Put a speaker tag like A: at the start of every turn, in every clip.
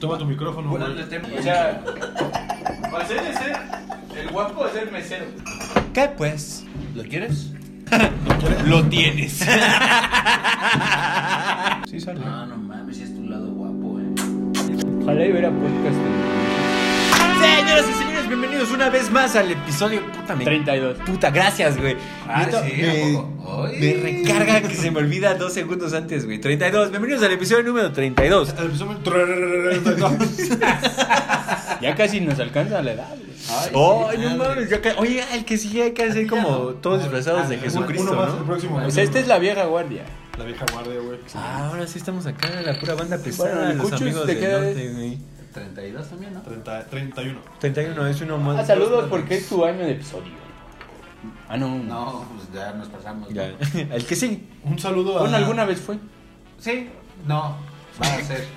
A: Toma tu micrófono,
B: Bueno,
A: güey.
B: el tema- o sea, para ser de ser el guapo es el mesero.
C: ¿Qué pues?
B: ¿Lo quieres?
C: Lo tienes. sí sale.
B: Ah, no mames, es tu lado guapo, eh.
D: Ojalá y hubiera podcast
C: Señoras y señores, bienvenidos una vez más al episodio puta me
D: 32.
C: Puta, gracias, güey.
B: Ah,
C: Neta,
B: sí, ¿a poco?
C: me,
B: Ay.
C: me recarga que se me olvida dos segundos antes, güey. 32. Bienvenidos al episodio número 32.
A: El episodio 32.
D: Ya casi nos alcanza la edad. güey.
B: Ay,
C: Oh,
B: sí,
C: no
B: madre.
C: mames, ya ca- Oye, el que sigue hay que hacer como todos disfrazados de Jesucristo,
A: Uno más, el
C: ¿no? este
A: próximo.
D: O sea, Pues esta es la vieja guardia.
A: La vieja guardia, güey.
C: Ah, ahora sí estamos acá, la pura banda pesada,
D: Bueno, el
C: los
D: Cuchus,
C: amigos
D: ¿de
C: del
D: qué edad
C: norte,
D: es?
C: güey.
B: 32 también, ¿no?
A: 30, 31.
C: 31 es uno más.
D: Ah, saludos porque es tu año de episodio. Ah, no.
B: No, pues ya nos pasamos. ¿no?
C: Ya. El que sigue.
A: Un saludo a.
D: Bueno, alguna vez fue.
B: Sí, no, va a ser.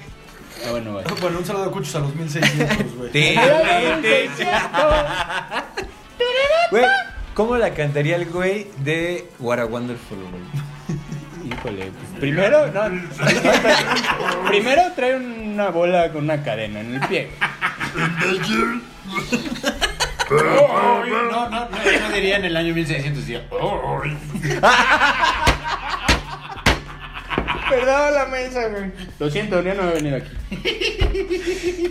D: Ah, bueno, vale.
A: Bueno, un saludo a Cuchos a los 1600, güey.
C: Te- te- Güey, ¿cómo la cantaría el güey de What a Wonderful World?
D: Híjole. pues, Primero, no. no, pero- primero trae una bola con una cadena en el pie.
B: No, no, no, no diría en el año 1600, diría.
D: Perdón la mesa, güey. Lo siento, ya no he venido aquí.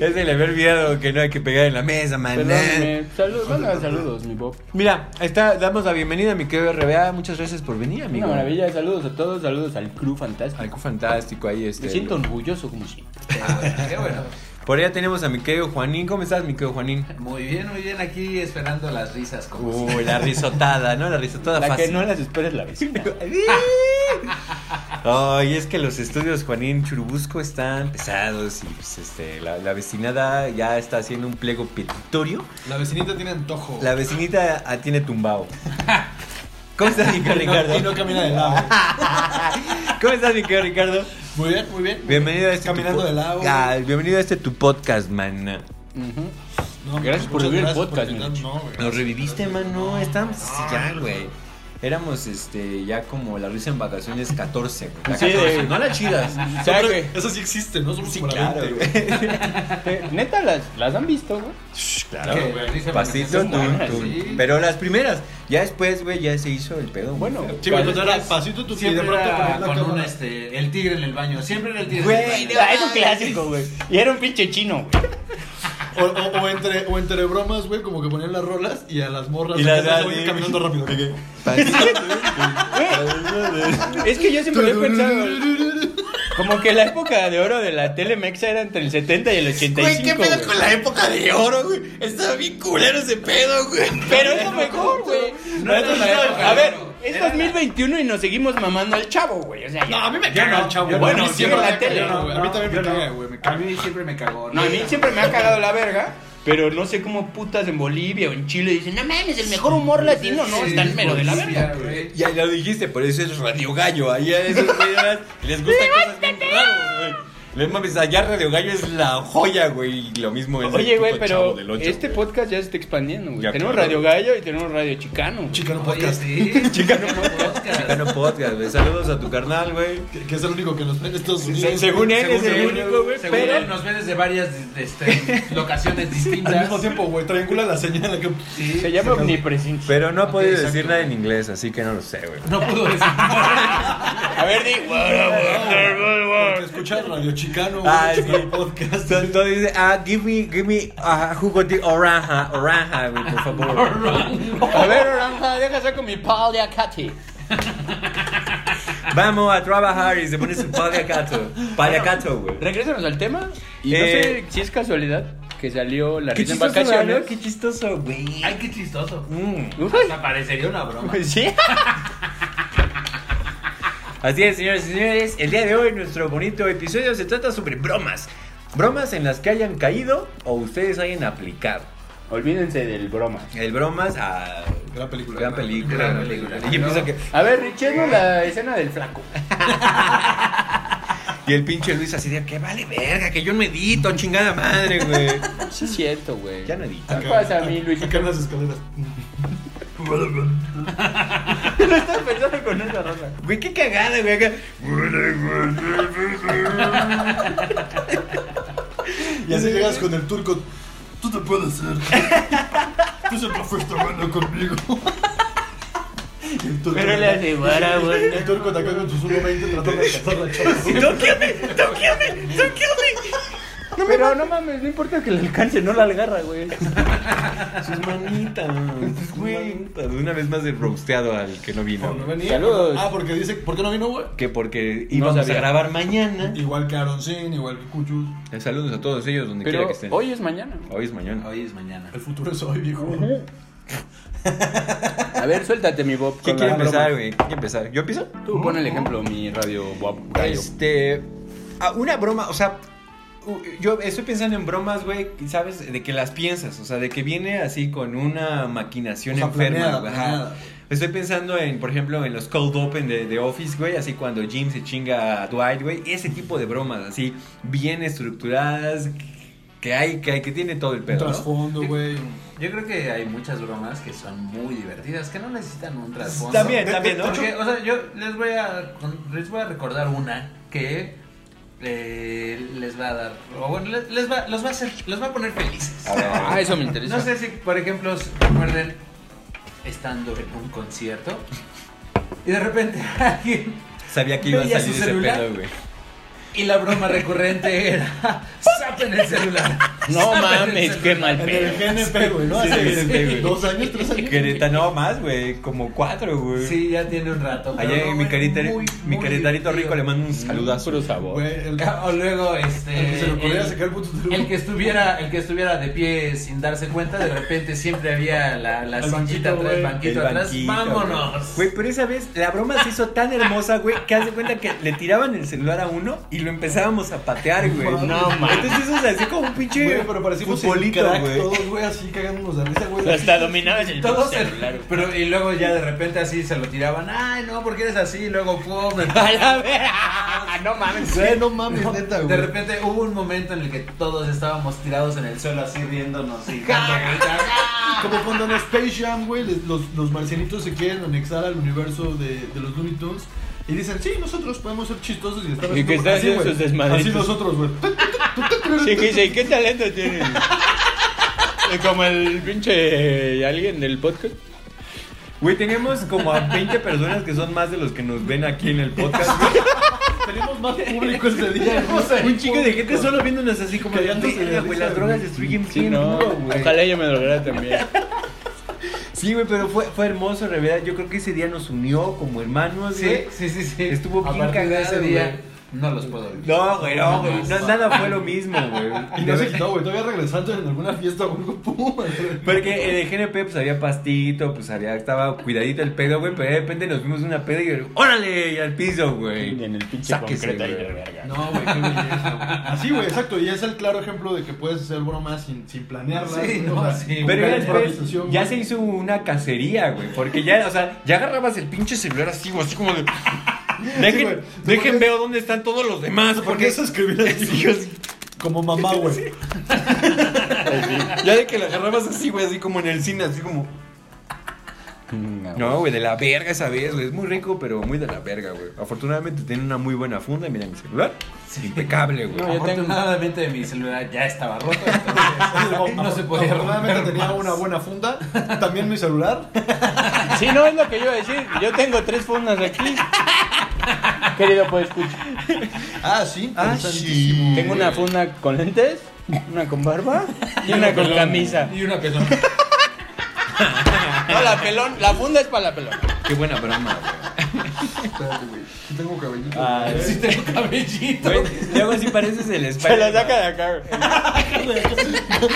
C: Es el haber olvidado que no hay que pegar en la mesa, man.
D: Perdóname. Saludos, manda saludos, mi Bob.
C: Mira, ahí está, damos la bienvenida a mi querido RBA. Muchas gracias por venir, amigo.
D: Una maravilla, saludos a todos, saludos al crew fantástico.
C: Algo fantástico ahí, este.
D: Me siento orgulloso como siempre.
B: Qué Ah, bueno, qué bueno.
C: Por allá tenemos a mi querido Juanín. ¿Cómo estás, mi querido Juanín?
B: Muy bien, muy bien, aquí esperando las risas como
C: Uy,
B: siempre.
C: la risotada, ¿no? La risotada
D: La que
C: fácil.
D: no las esperes la vecina.
C: Ay, es que los estudios Juanín Churubusco están pesados y pues, este, la, la vecinada ya está haciendo un pliego petitorio.
A: La vecinita tiene antojo.
C: La vecinita ah, tiene tumbao. ¿Cómo estás, mi querido
A: Y no-
C: Ricardo?
A: Y no camina de lado.
C: ¿Cómo estás, mi querido Ricardo?
A: Muy bien, muy bien.
C: Bienvenido a este
A: Caminando
C: tu po-
A: de lado.
C: Ah, bienvenido a este tu podcast, man.
D: Ujú.
A: No,
D: Gracias por
A: muchas
D: revivir el
A: gracias
D: podcast,
A: por
D: mi
A: invitar-
D: Lucho.
A: no, güey.
C: Nos reviviste, man, no, estamos
A: No,
C: ya,
A: no,
C: güey. Éramos este ya como la risa en vacaciones 14, güey. La
D: Sí,
C: 14,
D: güey.
C: no las chidas.
D: O sea, güey,
A: Eso sí existe, ¿no? Somos
C: Sí,
A: como la
C: claro,
A: 20,
C: güey.
D: te- neta, las, las han visto, güey.
B: Que las risas
C: Pasito,
B: son
C: tum,
B: buenas,
C: tum.
B: sí.
C: Pero las primeras, ya después, güey, ya se hizo el pedo.
D: Bueno,
C: güey.
A: Sí, güey,
B: Pero
A: no era
B: es-
A: pasito tu
B: Siempre
A: pie, de pronto
B: era
A: poner la
B: con
A: cámara.
B: un este, el tigre en el baño, siempre era el tigre
C: Güey,
B: en el baño.
D: Ah, es un clásico, güey. Y era un pinche chino, güey.
A: O, o- o entre, o entre bromas, güey, como que ponían las rolas y a las morras
C: Y las-
A: acá,
C: las-
A: güey,
C: sí.
A: caminando rápido.
C: Pasito,
D: Es que yo siempre lo he pensado. Como que la época de oro de la Telemexa era entre el 70 y el 85. güey.
C: la época de oro, güey? Estaba bien culero ese pedo, güey.
D: Pero es lo mejor, güey.
B: No era la época
D: A
B: de
D: ver,
B: oro.
D: es
B: Era la-
D: 2021 y nos seguimos mamando al chavo, güey. O sea, ya-
A: No, a mí me
B: Yo
A: caga
B: no,
A: el chavo.
B: yo
A: güey.
D: no,
A: A mí
D: yo
A: siempre
D: no,
A: me
D: yo
A: caga,
D: no,
A: güey. A mí también me
B: yo no.
A: caga, güey. me caga.
B: A mí siempre me cagó.
D: No, a mí siempre me ha cagado la verga. Pero no sé cómo putas en Bolivia o en Chile dicen, no mames, el mejor humor latino, no, está el mero de la verga.
B: güey.
C: Ya lo dijiste, por eso es Radio Gallo. Ahí a esos güeyes les gusta cosas bien raras, güey. Les mames, allá Radio Gallo es la joya, güey. Y lo mismo es el
D: Oye, güey,
C: puto Chavo
D: pero
C: del Ocho,
D: este
C: güey.
D: podcast ya se está expandiendo, güey.
C: Ya,
D: Tenemos
C: claro.
D: Radio Gallo y tenemos Radio Chicano. güey.
A: Chicano
B: Oye,
A: Podcast.
B: sí. Chicano Podcast.
C: Chicano Podcast, güey. Saludos a tu carnal, güey.
A: Que, que es el único que nos prende estos
C: según él, es el
B: Según
C: único, güey.
B: Según
C: Pero
B: él, nos ven desde varias este, locaciones
A: Al
B: distintas.
A: mismo tiempo, güey, triangula la señal. Que...
B: Sí.
D: Se llama Omnipresencia.
C: Pero no ha
B: Ok,
C: podido
B: exacto.
C: decir nada en inglés, así que no lo sé, güey.
B: No pudo decir.
D: A ver, di.
A: Porque escuchar Radio Chicano, güey,
C: Ah,
A: Chicano
C: sí.
A: Podcast.
C: Entonces todo dice, ah, give me, give me ah, jugo de oranja, oranja, güey, por favor.
D: A ver, Oranja, deja saco mi pal de Acati.
C: Vamos a trabajar y se pone su paliacato. Paliacato, güey.
D: Regrésanos al tema. Y
C: Eh,
D: no sé si es casualidad que salió la
C: Qué
D: risa en
C: chistoso,
D: vacaciones.
C: ¿no? Qué chistoso, güey.
B: Ay, qué chistoso.
C: Mm.
D: Uy.
B: Me parecería una broma.
D: Sí.
C: Así es, señores y señores. El día de hoy, nuestro bonito episodio se trata sobre bromas. Bromas en las que hayan caído o ustedes hayan aplicado.
D: Olvídense del broma.
C: El bromas a.
A: Gran película.
C: Gran película.
B: Gran
C: gran
B: película.
C: película. Y empieza que.
D: A ver,
C: Eh.
D: Richeno, la escena del flaco.
C: Y el pinche Luis así de que vale verga, que yo no edito, chingada madre, güey.
D: Sí, es cierto, güey.
C: Ya no edita.
D: ¿Qué pasa, mi Luis?
A: Acá en las escaleras.
D: No estás pensando con esa rosa.
C: Güey, qué cagada, güey. acá.
A: Y así llegas con el turco. Tú te puedes ser. Tú siempre fuiste bueno conmigo. Y el turco-
D: Pero le hace vara,
A: El-
D: bueno.
A: El turco te acá con sus 1.20 tratando de cazar la chava.
D: ¡Tóqueme! ¡Tóqueme! ¡Tóqueme! Pero no mames, no importa que le alcance, no la agarra, güey.
C: Sus manitas. Sus
D: güey.
C: manitas. Una vez más he roasteado al que no vino.
A: No venía.
D: Saludos.
A: Ah, porque dice, ¿por qué no vino, güey?
C: Que porque íbamos a
D: sabía.
C: grabar mañana.
A: Igual que Aroncín, igual que Cuchus.
C: Eh, Saludos a todos ellos donde quiera
D: Pero
C: que estén.
D: hoy es mañana.
C: Hoy es mañana.
B: Hoy es mañana.
A: El futuro es hoy, viejo.
D: A ver, suéltate mi Bob.
C: ¿Quién
D: con
C: quiere
D: la broma.
C: empezar, güey? ¿Quién quiere empezar? ¿Yo empiezo?
D: Tú pon el ejemplo, mi radio Bob Gallo.
C: Este. ah, Una broma, o sea. u- Yo estoy pensando en bromas, güey, ¿sabes? De que las piensas, o sea, de que viene así con una maquinación
A: O sea,
C: enferma,
A: planeada,
C: güey.
A: planeada.
C: Ajá. Estoy pensando en, por ejemplo, en los cold open de, de Office, güey, así cuando Jim se chinga a Dwight, güey. Ese tipo de bromas, así, bien estructuradas, que hay, que hay, que tiene todo el
A: Un
C: pedo, ¿no?
A: trasfondo, güey.
B: Yo creo que hay muchas bromas que son muy divertidas, que no necesitan un trasfondo.
C: También, también, ¿no?
B: Porque, o sea, yo les voy a, les voy a recordar una que eh, les va a dar, o bueno, les, les va, los va a hacer, los va a poner felices.
C: A ver, a
D: Ah,
C: ver.
D: eso me interesa.
B: No sé si, por ejemplo, se recuerden estando en un concierto y de repente alguien
C: Sabía que iba a
B: Veía
C: salir
B: su
C: ese
B: celular.
C: pedo, güey.
B: y la broma recurrente era sapen el celular.
D: No
B: zapen el
D: mames,
B: celular".
D: qué mal
A: En el
D: pedo.
A: GNP, güey, ¿no?
C: Sí,
A: Hace
C: sí, sí, güey.
A: dos años, tres años.
C: Que neta, no más, güey, como cuatro, güey.
B: Sí, ya tiene un rato. pero
C: Allá
B: no,
C: mi,
B: es
C: carita,
B: muy,
C: mi
B: muy
C: caritarito rico
B: divertido.
C: le mando un saludazo.
D: Puro sabor.
A: Güey, el,
B: O luego, este.
A: el que se le ocurriera
B: el-
A: sacar el puto teléfono.
B: el que estuviera, el que estuviera de pie sin darse cuenta, de repente siempre había la, la
A: El
B: sillita
A: banquito,
B: atrás, el
A: güey.
B: banquito
C: El
B: atrás.
C: banquito,
B: ¡Vámonos!
C: Güey, pero esa vez la broma se hizo tan hermosa, güey, que hace cuenta que le tiraban el celular a uno y lo empezábamos a patear, güey.
D: No mames.
C: Entonces eso se hacía como un pinche
A: Güey, pero parecimos en
C: futbolito,
A: crack
C: güey.
A: todos, güey, así cagándonos de risa, güey.
D: Hasta dominabas el
B: Todos el-
D: celular. güey.
B: pero y luego ya de repente así se lo tiraban, ay no, porque eres así, y luego pum,
D: A la verga. No mames.
A: Güey, no mames, neta,
B: De
A: güey.
B: repente hubo un momento en el que todos estábamos tirados en el suelo así riéndonos y dando vueltas.
A: Como cuando en Space Jam, güey, les- los, los marcianitos se quieren anexar al universo de, de los Looney Tunes. Y dicen, sí, nosotros podemos ser chistosos y estar
D: Y que están haciendo sus desmadritos.
A: Así nosotros, güey.
D: Sí, que dice, ¿qué talento tienes? Como el pinche alguien del podcast.
C: Güey, tenemos como a 20 personas que son más de los que nos ven aquí en el podcast, güey.
A: Tenemos más público ese día. güey.
C: Un chico de gente solo viéndonos así como de
A: Cagándose de
C: "Verga, güey,
A: risa,
C: las drogas
A: güey".
C: destruyen
D: Sí,
C: bien
D: no.
C: duro, güey.
D: Ojalá ella me lograra también.
C: Sí, güey, pero fue, fue hermoso, en realidad. Yo creo que ese día nos unió como hermanos,
B: Sí,
C: güey.
B: sí, sí, sí.
C: Estuvo
B: A
C: bien
B: partir de ese
C: cagado,
B: día
C: güey.
B: no los puedo olvidar.
C: No, güey, no, güey.
B: más.
C: no, nada fue lo mismo, güey.
A: Y no se quitó, güey. Todavía regresando en alguna fiesta, güey. Pum, madre.
C: Porque en el GNP pues había pastito, pues había, estaba cuidadito el pedo, güey, pero de repente nos vimos una peda y órale, y al piso, güey.
D: Y en el pinche
C: Sáquese,
D: concreto ahí
C: güey.
D: de verga.
A: No, güey, qué belleza, güey. Así, güey, exacto. Y es el claro ejemplo de que puedes hacer bromas sin, sin planearlas.
B: Sí,
A: güey,
B: no,
A: o sea,
B: sí.
A: con
C: Pero ya
A: gran
C: después
A: improvisación,
C: ya
A: güey.
C: se hizo una cacería, güey, porque ya, o sea, ya agarrabas el pinche celular así, güey, así como de... Dejen,
A: güey.
C: dejen veo dónde están todos los demás, porque eso escribir así.
A: Como mamá, güey.
C: Ya de que la agarrabas así, güey, así como en el cine, así como... No, güey, de la verga esa vez, güey. Es muy rico, pero muy de la verga, güey. Afortunadamente tiene una muy buena funda. Mira mi celular. Impecable, güey.
D: No, yo tengo-
B: Afortunadamente mi celular ya estaba roto, entonces no se podía
A: Afortunadamente
B: romper
A: tenía
B: más.
A: una buena funda. También mi celular.
D: Sí, no es lo que yo iba a decir. Yo tengo tres fundas aquí. Querido, pues escucha.
A: Ah, sí.
C: Ah, sí.
D: Tengo una funda con lentes, una con barba y una con camisa.
B: Y una pelota.
D: No, la pelón, la funda es para la pelón.
C: Qué buena broma, güey.
A: Espérate, güey. Sí tengo cabellito.
C: Ah,
A: güey.
B: Sí tengo cabellito.
C: Güey, luego así pareces el
D: Se
C: Spider-Man.
D: la saca de acá, güey.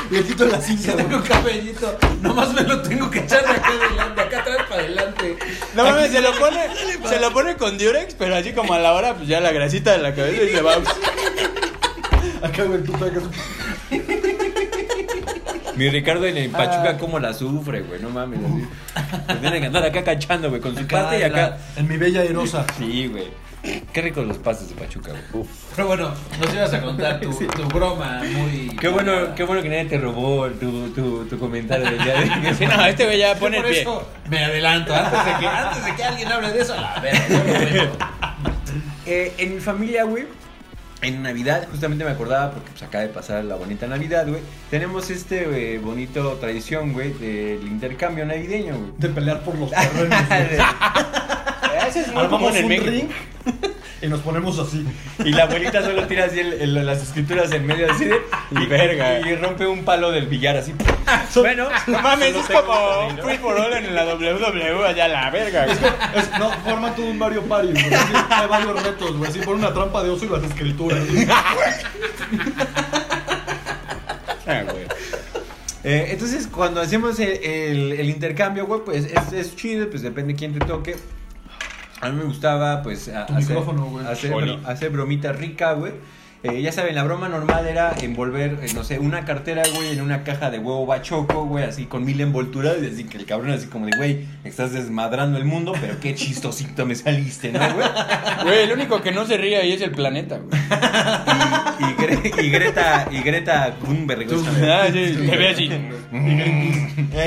A: Le quito la
B: Sí
A: cinta, güey.
B: tengo cabellito. Nomás me lo tengo que echar de acá adelante, de acá atrás para adelante.
D: No mames, se lo pone, se lo pone con Durex, pero así como a la hora, pues ya la grasita de la cabeza y se va.
A: Acá, güey, tú te hagas-
C: Mi Ricardo en el Pachuca, cómo la sufre, güey. No mames. así. Me tienen que andar acá cachando, güey, con su pasta y
B: en la-
C: acá.
A: En mi bella erosa.
C: Sí, güey. Qué ricos los pases de Pachuca, güey.
B: Pero bueno, nos ibas a contar tu, tu broma muy.
C: Qué bueno, qué bueno que nadie te robó tu, tu, tu comentario del día de
D: Sí, no, este güey ya
B: Por
D: pone el pie.
B: eso me adelanto. Antes de que, antes de que alguien hable de eso, a ver, yo lo veo.
C: Eh, en mi familia, güey, En Navidad, justamente me acordaba, porque pues acaba de pasar la bonita Navidad, güey. Tenemos este eh, bonito tradición, güey, del intercambio navideño, güey.
A: De pelear por los terrenos. güey.
D: Eso es muy
A: Armamos
D: común en
A: un
D: México.
A: ring y nos ponemos así.
C: Y la abuelita solo tira así el- el- las escrituras en medio así de, y,
D: Verga.
C: y rompe un palo del billar así. bueno,
D: No mames, es
C: tengo
D: como
C: un
D: un free for all en la
C: E,
D: WWE allá la verga. güey.
A: Es- no, forma todo un Mario Party, güey. Así, Hay varios retos, güey. Así pon una trampa de oso y las escrituras. güey.
D: Ah, güey.
C: Eh, entonces, cuando hacemos el, el- el intercambio, güey, pues es, es chido, pues depende quién te toque. A mí me gustaba, pues, a-
A: Tu micrófono, güey.
C: hacer,
D: Oli.
C: bro- hacer bromita rica, güey. Eh, ya saben, la broma normal era envolver, eh, no sé, una cartera, güey, en una caja de huevo bachoco, güey, así con mil envolturas. Y así que el cabrón, así como de, güey, estás desmadrando el mundo, pero qué chistosito me saliste, ¿no, güey?
D: Güey, el único que no se ríe ahí es el planeta, güey.
C: Y, y Gre- y Greta, y Greta Thunberg, güey, esta
D: Ah, sí, te ve así.
C: Ay,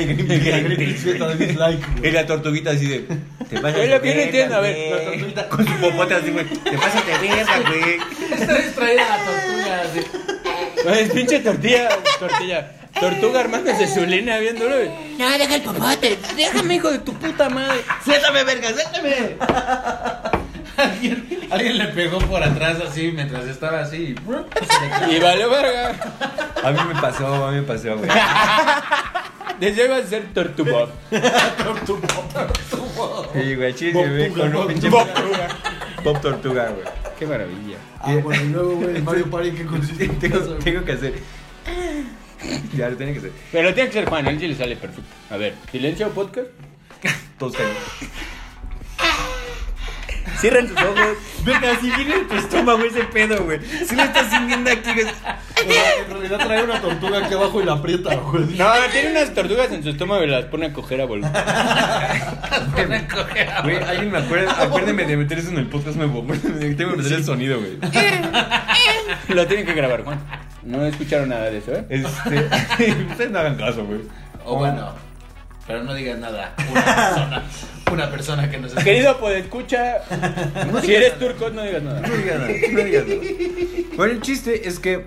A: Y
C: Greenpeace,
A: la
C: Greenpeace,
A: grita de dislike,
C: Y
A: güey.
C: la tortuguita así de. Te pasas de
D: Es lo que no
C: verga,
D: entiendo, a ver,
C: güey.
A: la tortuguita.
C: Con su popote así, güey. Te pasas de verga, güey.
B: Está distraída la tortuga. así.
D: Es pinche tortilla, tortilla. Tortuga armándose su línea bien duro, güey.
E: No, deja el popote.
D: Déjame, hijo de tu puta madre.
C: ¡Suéltame, verga, suéltame!
B: Alguien, alguien le pegó por atrás así mientras estaba así. y se le clavó.
D: Y vale verga.
C: A mí me pasó, a mí me pasó, güey.
D: Desde hoy vas a ser tortuga.
C: Sí, güey, chiste, güey.
A: Tortuga,
C: Con un
A: Bob
C: pinche.
A: Tortuga.
C: Bob Tortuga, güey.
D: Qué maravilla.
A: Ah, bueno, y luego, güey, el Mario Party, ¿qué
C: Pues
A: consiste?
C: Tengo, tengo que hacer. Ya lo tiene que hacer.
D: Pero tiene que ser Juan, a él sí le sale perfecto. A ver, silencio podcast.
C: Todos caen.
D: Cierren sus ojos.
C: Verga, si viene en tu estómago ese pedo, güey. Si lo estás sintiendo aquí, güey.
A: O sea, en realidad trae una tortuga aquí abajo y la aprieta, güey.
D: No, tiene unas tortugas en su estómago y las pone a coger a voluntad.
B: Una cojera.
C: Güey, alguien me acuerda, acuérdeme de meter eso en el podcast nuevo. güey. Tengo que meter el sonido, güey.
D: Lo tienen que grabar, Juan. No escucharon nada de eso, ¿eh?
C: Este, ustedes no hagan caso, güey.
B: O bueno, pero no digas nada. Una persona, una persona que nos escucha.
D: Querido, pues escucha. Si eres turco, no digas nada.
C: No digan nada, no digan nada. Bueno, el chiste es que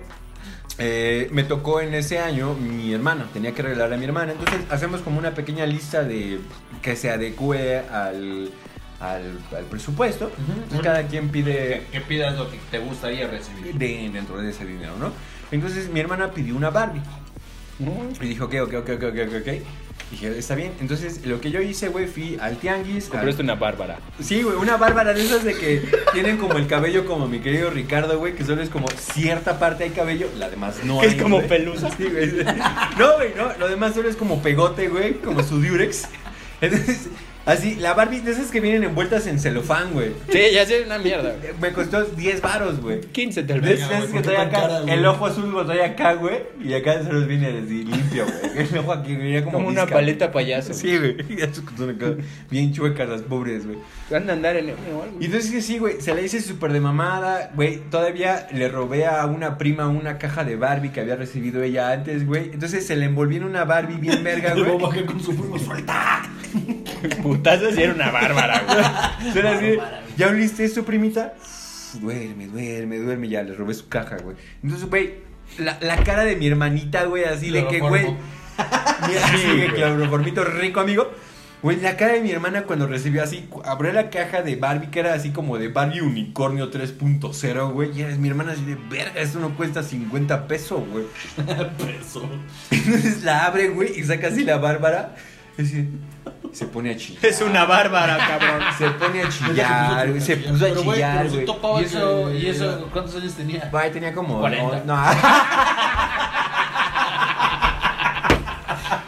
C: eh, me tocó en ese año mi hermana, tenía que regalar a mi hermana. Entonces hacemos como una pequeña lista de que se adecue al, al, al presupuesto. Entonces, cada quien pide
B: Que pidas lo que te gustaría recibir.
C: de- dentro de ese dinero, ¿no? Entonces mi hermana pidió una Barbie. Y dijo, ok, ok, ok, ok, ok, ok, ok. Dije, está bien. Entonces, lo que yo hice, güey, fui al tianguis. al-
D: Compraste una bárbara.
C: Sí, güey, una bárbara de esas de que tienen como el cabello como mi querido Ricardo, güey, que solo es como cierta parte hay cabello, la demás no
D: Que es
C: hay,
D: como
C: güey.
D: pelusa.
C: Sí, güey. No, güey, no, lo demás solo es como pegote, güey, como su diurex. Entonces, así, la Barbie de esas que vienen envueltas en celofán, güey.
D: Sí, ya sé, una mierda. güey.
C: Eh, Me costó 10 varos, güey.
D: 15 tal
C: ¿Ves?
D: vez.
A: Venga, güey,
C: que
A: ¿por qué
C: trae
A: tan
C: acá?
A: cara, güey?
C: el ojo azul lo trae acá, güey. Y acá se los viene así limpio, güey. El ojo aquí venía como.
D: Como una
C: pizca,
D: paleta
C: güey.
D: payaso.
C: Sí, güey. Ya son acá Bien chuecas las pobres, güey.
D: Van a andar en o algo.
C: Y entonces dije, sí, güey, se la hice súper de mamada, güey. Todavía le robé a una prima una caja de Barbie que había recibido ella antes, güey. Entonces se le envolví en una Barbie bien verga,
A: Luego
C: güey.
A: bajé con su primo, suelta.
D: Putazos y era una bárbara, güey.
C: Solo así, ¿ya oliste esto, primita? Duerme, duerme, duerme, ya le robé su caja, güey. Entonces, güey, la, la cara de mi hermanita, güey, así de que, güey.
B: Cloroformo.
C: Mira, sí,
D: güey.
C: cloroformito rico, amigo. Güey, la cara de mi hermana cuando recibió así, cu- abrió la caja de Barbie, que era así como de Barbie Unicornio 3.0, güey. Y era- mi hermana así de, verga, esto no cuesta 50 pesos, güey.
A: Peso.
C: Entonces la abre, güey, y saca así la Bárbara. Y así, se pone a chillar.
D: Es una bárbara, cabrón.
C: Se pone a
A: Ella
C: chillar, güey. Se puso a
A: Pero, güey, pero
C: chillar,
A: sí
C: güey.
A: topaba
B: Y eso,
A: que-
B: y eso, ¿cuántos años tenía?
C: Güey, tenía como...
B: 40.
C: No, no.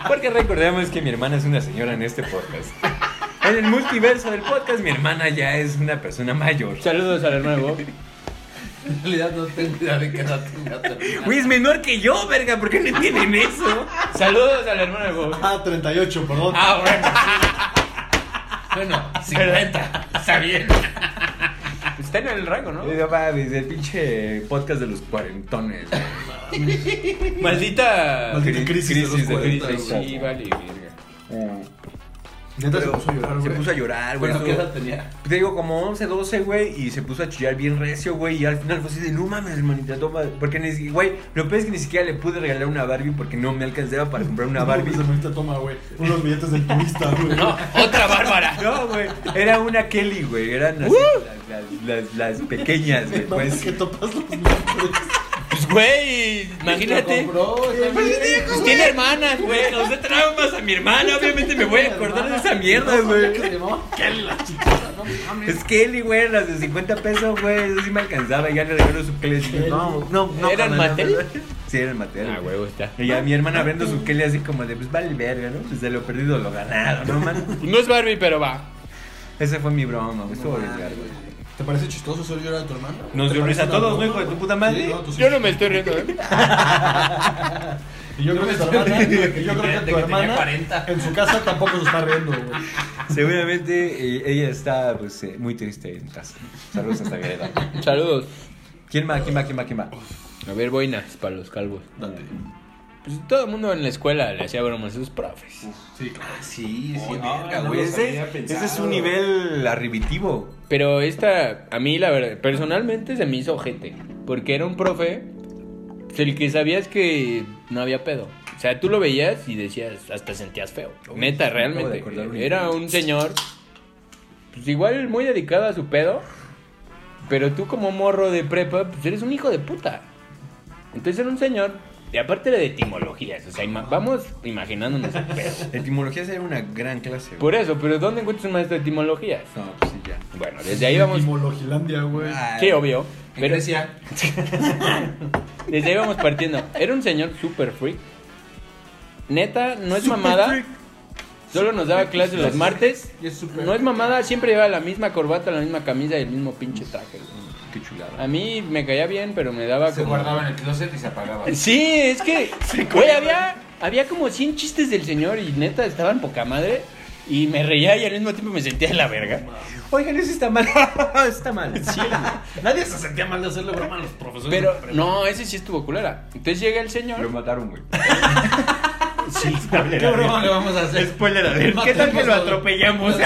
C: Porque recordemos que mi hermana es una señora en este podcast. En el multiverso del podcast, mi hermana ya es una persona mayor.
D: Saludos a la nuevo.
B: En realidad no tengo idea de qué edad tenía.
C: Güey, es menor que yo, verga, ¿por qué no entienden eso?
D: Saludos al hermano de Bob.
A: Ah, 38, perdón.
B: Ah, bueno. Bueno, 50. Está bien.
D: Está en el rango, ¿no?
C: Y No mames, el pinche podcast de los cuarentones. güey.
D: Maldita.
A: Maldita crisis,
C: crisis
A: de los
C: de
A: 40,
C: crisis. Eh,
A: güey.
D: Sí, vale, verga.
A: Neta se
C: Pero
A: puso a llorar,
C: Se
A: güey.
C: puso a llorar, güey.
B: Bueno, ¿qué
C: Estuvo-
B: edad tenía?
C: Te digo, como 11, 12, güey, y se puso a chillar bien recio, güey, y al final fue así de, no mames, hermanita, toma, porque ni si- güey, lo peor es que ni siquiera le pude regalar una Barbie porque no me alcanzaba para comprar una Barbie.
A: No, ahorita toma, güey. Unos billetes del turista, güey.
D: No, otra Bárbara.
C: No, güey, era una Kelly, güey, eran así, las, las- las- las pequeñas, güey,
A: No,
C: pues.
A: que topas los nombres.
D: Pues, güey,
B: Lo
D: imagínate.
B: compró, está bien.
D: Pues tiene hermanas, güey. Nos de traumas a mi hermana. Obviamente me voy a acordar de esa mierda, güey.
A: Que se llamaba Kelly la chiquita, no mames.
C: Es Kelly, güey, las de 50 pesos, güey, eso sí me alcanzaba, y ya le regaló su Kelly. así, No, no, no.
D: ¿Eran
C: carnal, no,
D: Mattel?
C: no. Sí, eran Mattel.
D: Ah, huevo, está.
C: Y ya mi hermana abriendo su Kelly así como de, pues vale verga, ¿no? Pues de lo perdido lo ganado, ¿no, man?
D: No es Barbie, pero va.
C: Ese fue mi broma, güey. Estuvo
B: No
C: bien
B: mames,
C: verga, güey.
A: ¿Te parece chistoso ser llorar a tu hermano?
C: Nos
A: ¿Te
C: dio
A: parece
C: risa a
A: una
C: todos,
A: broma?
C: ¿no, hijo de tu puta madre?
A: Sí, tú sí.
D: Yo no me estoy riendo, ¿eh?
A: Y yo creo que tu hermana, y yo creo que
B: Que
A: tu
B: tenía
A: hermana
B: 40.
A: en su casa tampoco se está riendo, güey.
C: Seguramente eh, ella está pues, eh, muy triste en casa. Saludos hasta Guerrero.
D: Saludos.
C: ¿Quién más? ¿Quién más? ¿Quién más? ¿Quién más?
D: A ver, boinas para los calvos.
A: Date.
D: Pues todo el mundo en la escuela le hacía bromas a sus profes.
A: Sí,
C: Ah, sí, sí,
B: no,
C: verga,
B: Oh, no
C: güey.
B: lo
C: Ese,
B: había
C: ese es
B: pensado.
C: un nivel arribitivo.
D: Pero esta, a mí la verdad, personalmente se me hizo ojete. Porque era un profe el que sabías que no había pedo. O sea, tú lo veías y decías, hasta sentías feo.
C: Uy, me acabo
D: Neta,
C: de
D: realmente.
C: acordar una
D: Era
C: idea.
D: un señor, pues igual muy dedicado a su pedo. Pero tú como morro de prepa, pues eres un hijo de puta. Entonces era un señor, y aparte de etimologías, o sea, ima- vamos imaginándonos el pedo.
C: Etimología sería una gran clase. güey.
D: Por eso, pero ¿dónde encuentras un maestro de etimologías?
C: No, pues sí, ya.
D: Bueno, desde ahí vamos... Ah,
A: Timologilandia, güey.
D: Sí, obvio.
B: En
D: Pero
B: Grecia.
D: desde ahí vamos partiendo. Era un señor super freak. Neta, no es mamada. Solo nos daba clases los martes.
B: Y es súper-
D: No es mamada, siempre llevaba la misma corbata, la misma camisa y el mismo pinche traje. güey.
C: Qué chulada.
D: A mí me caía bien, pero me daba
B: Ah, Se
D: como...
B: guardaba en el closet y se apagaba.
D: Sí, es que, güey, había, había como 100 chistes del señor y neta estaban poca madre. Y me reía y al mismo tiempo me sentía de la verga.
C: Oigan, eso está mal. está mal.
A: Nadie se sentía mal de hacerle broma a los profesores.
D: Pero no, ese sí estuvo culera. Entonces llega el señor.
C: Lo mataron, güey.
D: Sí,
B: ¿Qué broma le vamos a hacer?
C: Spoiler alert.
B: ¿Qué tal que lo
D: atropellamos?